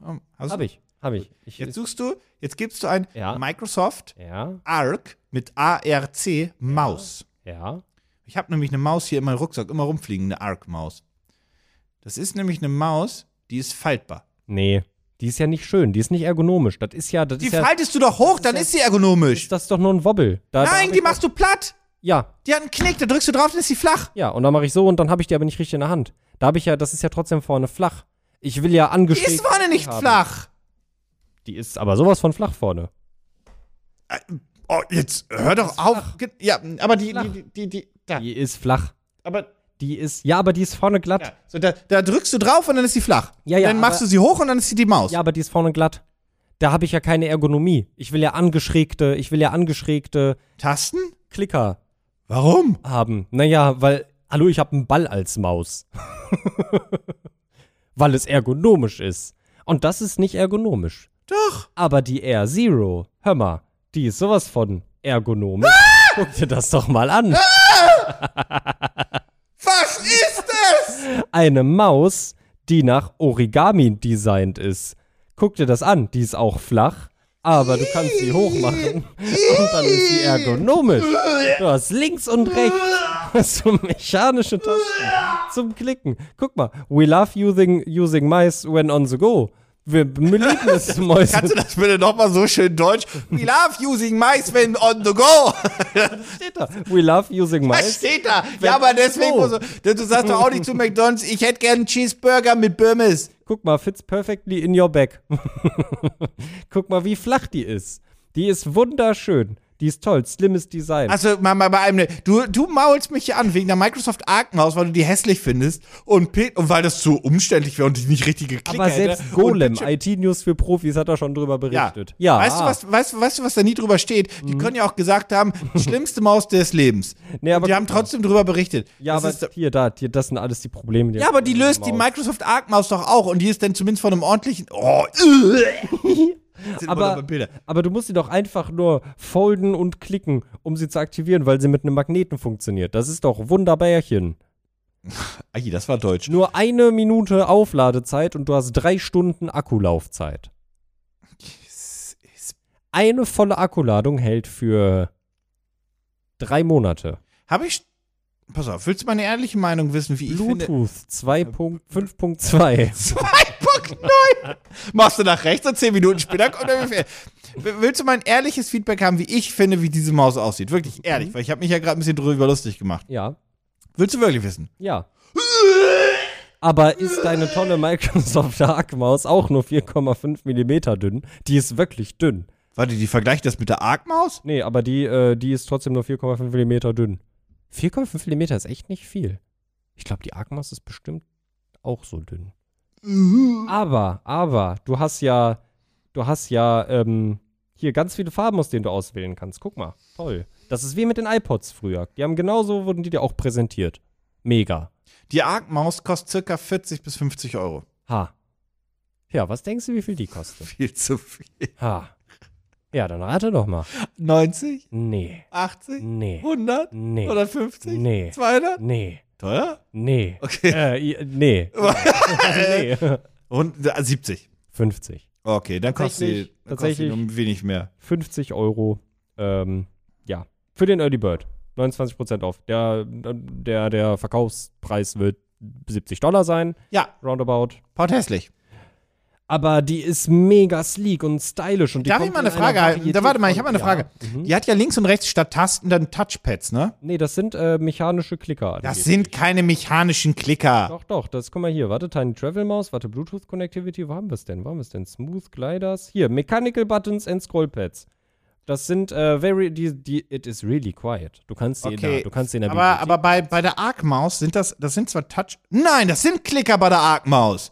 Hm, Hast Hab du? ich. Hab ich. ich Jetzt suchst du, jetzt gibst du ein Ja. Microsoft ja. Arc mit ARC Maus. Ja. Ich habe nämlich eine Maus hier in meinem Rucksack, immer rumfliegen, eine Arc-Maus. Das ist nämlich eine Maus, die ist faltbar. Nee. Die ist ja nicht schön. Die ist nicht ergonomisch. Das ist ja. Das Die ist ja. faltest du doch hoch, dann ist sie ergonomisch. Ist das doch nur ein Wobbel. Da, da hab Nein, ich die doch- machst du platt. Ja. Die hat einen Knick, da drückst du drauf, dann ist sie flach. Ja. Und dann mache ich so und dann habe ich die aber nicht richtig in der Hand. Da habe ich ja. Das ist ja trotzdem vorne flach. Ich will ja Die angeschrieben. ist vorne nicht flach. Die ist aber sowas von flach vorne. Oh, jetzt hör doch auf. Ge- Ja, aber die, Flach. die, die, die, da. Die ist flach. Aber, Die ist. Ja, aber die ist vorne glatt. ja. so, da, da drückst du drauf und dann ist sie flach. Ja, ja, dann machst aber- du sie hoch und dann ist sie die Maus. Ja, aber die ist vorne glatt. Da habe ich ja keine Ergonomie. Ich will ja angeschrägte, ich will ja angeschrägte Tasten? Klicker Warum? haben. Naja, weil, hallo, ich habe einen Ball als Maus. weil es ergonomisch ist. Und das ist nicht ergonomisch. Doch. Aber die Air Zero, hör mal, die ist sowas von ergonomisch. Guck dir das doch mal an. Was ist das? Eine Maus, die nach Origami designt ist. Guck dir das an, die ist auch flach, aber du kannst sie hochmachen und dann ist sie ergonomisch. Du hast links und rechts hast du mechanische Tasten zum Klicken. Guck mal, we love using, using mice when on the go. Wir belieben es, Mäuse Kannst du das bitte nochmal so schön deutsch? We love using mice when on the go. steht da. We love using Was mice. steht da? Ja, aber deswegen Oh. muss du, du sagst doch auch nicht zu McDonalds, ich hätte gern einen Cheeseburger mit Birmes. Guck mal, fits perfectly in your bag. Guck mal, wie flach die ist. Die ist wunderschön. Die ist toll, slimmes Design. Also mal, mal bei einem, ne- du, du maulst mich hier an wegen der Microsoft Arc Maus, weil du die hässlich findest und, Pil- und weil das zu umständlich wäre und ich nicht richtig geklickt Aber hätte. selbst Und Golem, Bildschirm- IT-News für Profis, hat er schon drüber ja. berichtet. ja. Weißt, du, was, weißt, du- weißt du, was da nie drüber steht? Die Mhm. können ja auch gesagt haben, schlimmste Maus des Lebens. Nee, aber und die haben guck mal. trotzdem drüber berichtet. Ja, Das aber ist, hier, da, hier, das sind alles die Probleme. Ja, aber die löst die Microsoft Arc Maus doch auch und die ist dann zumindest von einem ordentlichen. Oh, sind aber, Bilder. aber du musst sie doch einfach nur folden und klicken, um sie zu aktivieren, weil sie mit einem Magneten funktioniert. Das ist doch Wunderbärchen. Ai, das war deutsch. Nur eine Minute Aufladezeit und du hast drei Stunden Akkulaufzeit. Eine volle Akkuladung hält für drei Monate. Habe ich. Pass auf, willst du meine ehrliche Meinung wissen, wie ich finde? Äh, Bluetooth 2.5.2. 2.9! Machst du nach rechts und 10 Minuten später kommt der Befehl. W- Willst du mein ehrliches Feedback haben, wie ich finde, wie diese Maus aussieht? Wirklich ehrlich, weil ich habe mich ja gerade ein bisschen drüber lustig gemacht. Ja, Willst du wirklich wissen? ja. Aber ist deine tolle Microsoft Arc Maus auch nur 4,5 Millimeter dünn? Die ist wirklich dünn. Warte, die vergleicht das mit der Arc-Maus? Nee, aber die, äh, die ist trotzdem nur 4,5 Millimeter dünn. 4,5 Millimeter ist echt nicht viel. Ich glaube, die Arc Maus ist bestimmt auch so dünn. Aber, aber, du hast ja, du hast ja, ähm, hier ganz viele Farben, aus denen du auswählen kannst. Guck mal, toll. Das ist wie mit den iPods früher. Die haben genauso, wurden die dir auch präsentiert. Mega. Die Arc-Maus kostet circa 40 bis 50 Euro. Ha. Ja, was denkst du, wie viel die kostet? Viel zu viel. Ha. Ja, dann rate doch mal. 90? Nee. 80? Nee. 100? Nee. 150? Nee. 200? Nee. Teuer? Nee. Okay. Äh, i- nee. nee. Und äh, 70. 50. Okay, dann kostet Tatsächlich- sie kostet sie tatsächlich- nur ein wenig mehr. 50 Euro. Ähm, ja. Für den Early Bird. 29% auf. Der, der, der Verkaufspreis wird 70 Dollar sein. Ja, Roundabout. Paut hässlich. Aber die ist mega sleek und stylisch. Und die Darf ich kommt mal eine in einer Frage halten? Da, Varietät warte mal, ich von- habe mal eine ja. Mhm. Frage. Die hat ja links und rechts statt Tasten dann Touchpads, ne? Nee, das sind äh, mechanische Klicker. Das angeblich. sind keine mechanischen Klicker. Doch, doch, das, guck mal hier, warte, Tiny Travel Mouse, warte, Bluetooth Connectivity, wo haben wir es denn? Wo haben wir es denn? Smooth Gliders, hier, Mechanical Buttons and Scrollpads. Das sind, äh, very, die, die, it is really quiet. Du kannst die in der, du kannst die in der aber, aber bei, bei der Arc-Maus sind das, das sind zwar Touch. Nein, das sind Klicker bei der Arc-Maus.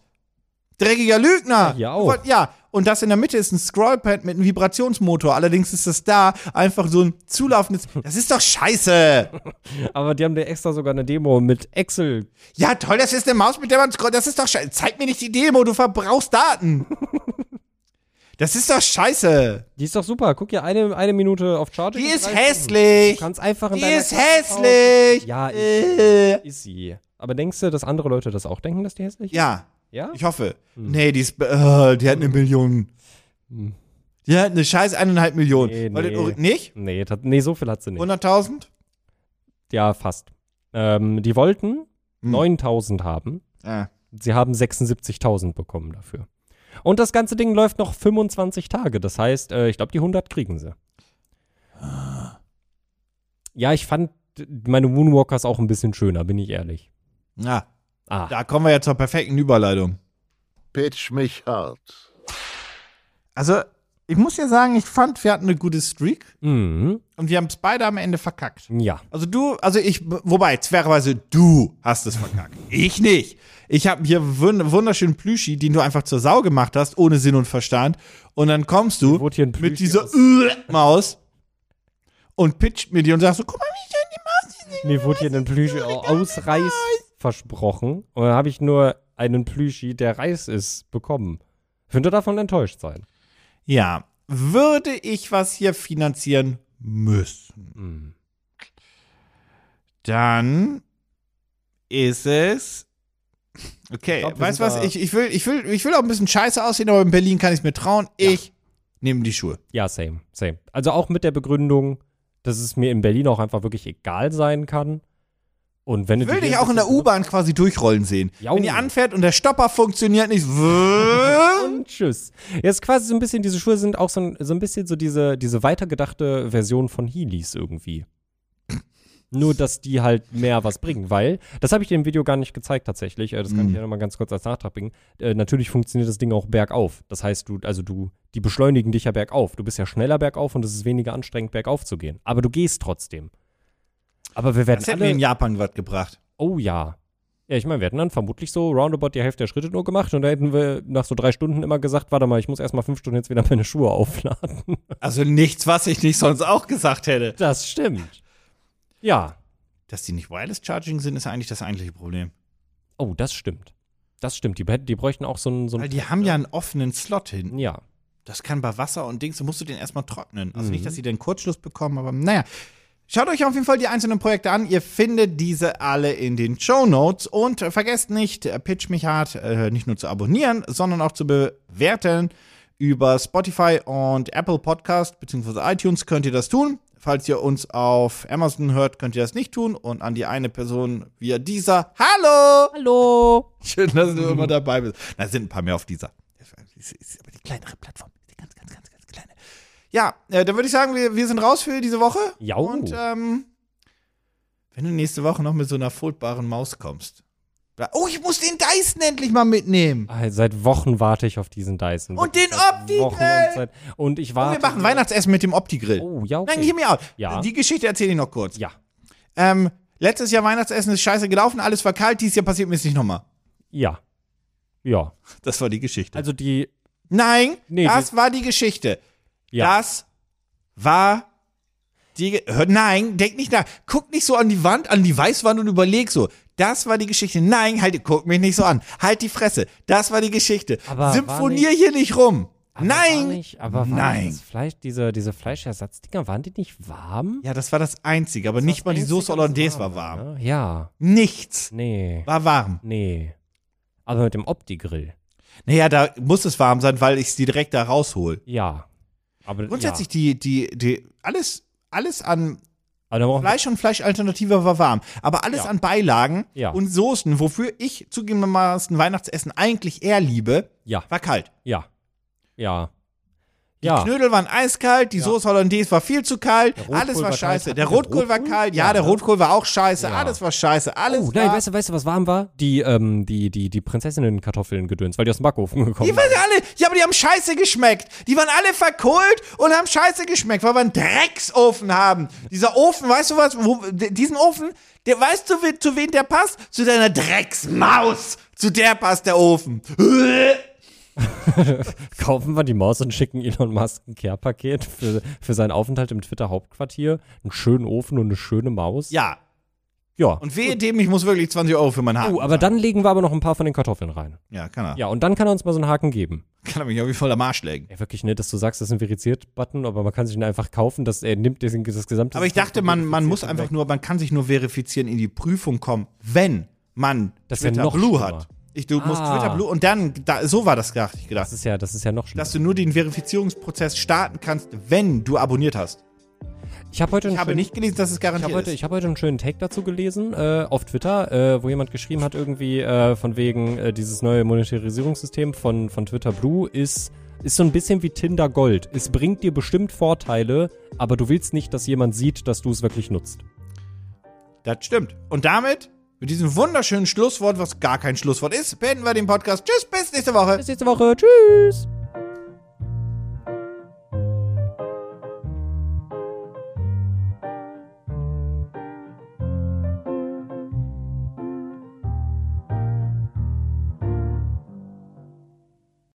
Dreckiger Lügner. Ja, Du auch. wollt- Ja, und das in der Mitte ist ein Scrollpad mit einem Vibrationsmotor. Allerdings ist das da einfach so ein zulaufendes. Das ist doch scheiße. aber die haben dir extra sogar eine Demo mit Excel. Ja, toll, das ist eine Maus, mit der man scrollt. Das ist doch scheiße. Zeig mir nicht die Demo, du verbrauchst Daten. Das ist doch scheiße. Die ist doch super, guck hier, eine, eine Minute auf Charge. Die ist hässlich. Du kannst einfach in Die deiner ist Klassenfahrt- hässlich. Ja, Äh. ist, ist sie. Aber denkst du, dass andere Leute das auch denken, dass die hässlich ist? Ja, Ja? ich hoffe. Hm. Nee, die ist, äh, die hat eine Million. Die hat eine scheiß eineinhalb Millionen. Nee, Weil nee. den Uri- Nicht? Nee, tat- nee, so viel hat sie nicht. 100.000? Ja, fast. Ähm, die wollten Hm. 9000 haben. Ah. Sie haben 76.000 bekommen dafür. Und das ganze Ding läuft noch 25 Tage. Das heißt, äh, ich glaube, die 100 kriegen sie. Ja, ich fand meine Moonwalkers auch ein bisschen schöner, bin ich ehrlich. Na, Ah, da kommen wir ja zur perfekten Überleitung. Pitch mich hart. Also, ich muss ja sagen, ich fand, wir hatten eine gute Streak mhm. und wir haben es beide am Ende verkackt. ja. Also du, also ich, wobei, fairerweise, du hast es verkackt. Ich nicht. Ich habe hier wund- wunderschönen Plüschi, den du einfach zur Sau gemacht hast, ohne Sinn und Verstand. Und dann kommst du wurde hier ein Äh, mit Plüschi dieser aus- Maus und pitcht mir die und sagst so, guck mal, wie schön die Maus ist. Mir wurde hier ein Plüschi aus Reis versprochen. Und dann habe ich nur einen Plüschi, der Reis ist, bekommen. Könnte davon enttäuscht sein. Ja, würde ich was hier finanzieren müssen, Mhm. dann ist es. Okay, glaub, wir weißt du sind was? da- Ich, ich, will, ich, will, ich will auch ein bisschen scheiße aussehen, aber in Berlin kann ich es mir trauen. Ich nehme die Schuhe. Ja, same, same. Also auch mit der Begründung, dass es mir in Berlin auch einfach wirklich egal sein kann. Und wenn du will die dich hier auch in der sitzt, U-Bahn quasi durchrollen sehen. Jau. Wenn ihr anfährt und der Stopper funktioniert nicht. Und tschüss. Jetzt quasi so ein bisschen, diese Schuhe sind auch so ein, so ein bisschen so diese, diese weitergedachte Version von Heelys irgendwie. Nur, dass die halt mehr was bringen, weil, das habe ich dir im Video gar nicht gezeigt tatsächlich, äh, das Mhm. kann ich ja nochmal ganz kurz als Nachtrag bringen. Äh, natürlich funktioniert das Ding auch bergauf. Das heißt, du, also du, die beschleunigen dich ja bergauf. Du bist ja schneller bergauf und es ist weniger anstrengend, bergauf zu gehen. Aber du gehst trotzdem. Aber wir werden Das hätte mir alle in Japan was gebracht. Oh ja. Ja, ich meine, wir hätten dann vermutlich so roundabout die Hälfte der Schritte nur gemacht und da hätten wir nach so drei Stunden immer gesagt, warte mal, ich muss erstmal fünf Stunden jetzt wieder meine Schuhe aufladen. Also nichts, was ich nicht sonst auch gesagt hätte. Das stimmt. Ja. Dass die nicht Wireless Charging sind, ist eigentlich das eigentliche Problem. Oh, das stimmt. Das stimmt. Die, hätten- die bräuchten auch so einen. So Weil einen die haben ja einen offenen Slot hinten. ja. Das kann bei Wasser und Dings, da musst du den erstmal trocknen. Also nicht, dass sie den Kurzschluss bekommen, aber naja. Schaut euch auf jeden Fall die einzelnen Projekte an. Ihr findet diese alle in den Show Notes. Und äh, vergesst nicht, äh, Pitch mich hart, äh, nicht nur zu abonnieren, sondern auch zu bewerten. Über Spotify und Apple Podcast bzw. iTunes könnt ihr das tun. Falls ihr uns auf Amazon hört, könnt ihr das nicht tun. Und an die eine Person via dieser. Hallo! Hallo. Schön, dass du Mhm. immer dabei bist. Da sind ein paar mehr auf dieser. Das ist- ist aber die kleinere Plattform. Die ganz, ganz, ganz, ganz kleine. Ja, äh, dann würde ich sagen, wir, wir sind raus für diese Woche. Ja. Und ähm, wenn du nächste Woche noch mit so einer foldbaren Maus kommst. Da- Oh, ich muss den Dyson endlich mal mitnehmen. Ah, Seit Wochen warte ich auf diesen Dyson. Und Wirklich den seit Opti-Grill. Wochen Und, seit- und ich Und warte. wir machen Weihnachtsessen mit dem Opti-Grill. Oh, ja, okay. Nein, gib mir auf. Ja. Die Geschichte erzähle ich noch kurz. ja. Ähm, letztes Jahr Weihnachtsessen ist scheiße gelaufen, alles war kalt, dieses Jahr passiert mir es nicht nochmal. Ja. Ja. Das war die Geschichte. Also die. Nein, Nee, das war die Geschichte. Ja. Das war die. Ge- Hör, nein, denk nicht nach. Guck nicht so an die Wand, an die Weißwand und überleg so. Das war die Geschichte. Nein, halt, guck mich nicht so an. Halt die Fresse. Das war die Geschichte. Aber war Symphonier hier nicht rum. Aber Nein! War nicht, aber war Nein! Das Fleisch, diese, diese Fleischersatz-Dinger, waren die nicht warm? Ja, das war das Einzige, aber Das nicht war mal das die Soße Einzige, was Hollandaise war warm. Ne? Ja, Nichts nee, war warm. nee. Aber mit dem Opti-Grill. Naja, da muss es warm sein, weil ich es direkt da raushol. Ja. Aber, Grundsätzlich Ja. die, die, die, alles, alles an Aber dann brauchen wir- Fleisch und Fleischalternative war warm. Aber alles Ja. an Beilagen Ja. und Soßen, wofür ich zugegebenermaßen Weihnachtsessen eigentlich eher liebe, Ja. war kalt. Ja. Ja. Die ja. Knödel waren eiskalt, die Ja. Soße Hollandaise war viel zu kalt, Rotkohl alles war war scheiße. kalt. Der Hatten wir Rotkohl war Rotkohl? kalt, ja, Ja, der ne? Rotkohl war auch scheiße, Ja. alles war scheiße, alles Oh, war... nein, weißt du, weißt du, was warm war? Die, ähm, die, die, die Prinzessinnen-Kartoffeln gedöns, weil die aus dem Backofen gekommen Die waren alle, ja, aber die haben scheiße geschmeckt. Die waren alle verkohlt und haben scheiße geschmeckt, weil wir einen Drecksofen haben. Dieser Ofen, weißt du was, wo, d- diesen Ofen, der, weißt du, we- zu wem der passt? Zu deiner Drecksmaus. Zu der passt der Ofen. Kaufen wir die Maus und schicken Elon Musk ein Care-Paket für, für seinen Aufenthalt im Twitter-Hauptquartier. Einen schönen Ofen und eine schöne Maus. Ja, ja. und wehe dem, ich muss wirklich 20 Euro für meinen Haken. Oh, aber zahlen. dann legen wir aber noch ein paar von den Kartoffeln rein. Ja, kann er. Ja, und dann kann er uns mal so einen Haken geben. Kann er mich irgendwie voll am Arsch legen. Ey, wirklich nett, dass du sagst, das ist ein verifiziert-Button, aber man kann sich ihn einfach kaufen, dass er nimmt diesen, das gesamte. Aber ich System dachte, von man, man muss Verifizierten einfach weg. nur, man kann sich nur verifizieren, in die Prüfung kommen, wenn man Das wär Twitter noch Blue schlimmer. hat. Ich, du musst Ah. Twitter Blue und dann, da, so war das gedacht, ich gedacht. Das ist ja, das ist ja noch schlimmer. dass du nur den Verifizierungsprozess starten kannst, wenn du abonniert hast. Ich habe heute einen Ich habe schönen- nicht gelesen, dass es Ich garantiert habe heute, ist. ich hab heute einen schönen Take dazu gelesen äh, auf Twitter, äh, wo jemand geschrieben hat, irgendwie äh, von wegen äh, dieses neue Monetarisierungssystem von, von Twitter Blue ist, ist so ein bisschen wie Tinder Gold. Es bringt dir bestimmt Vorteile, aber du willst nicht, dass jemand sieht, dass du es wirklich nutzt. Das stimmt. Und damit, mit diesem wunderschönen Schlusswort, was gar kein Schlusswort ist, beenden wir den Podcast. Tschüss, bis nächste Woche. Bis nächste Woche. Tschüss.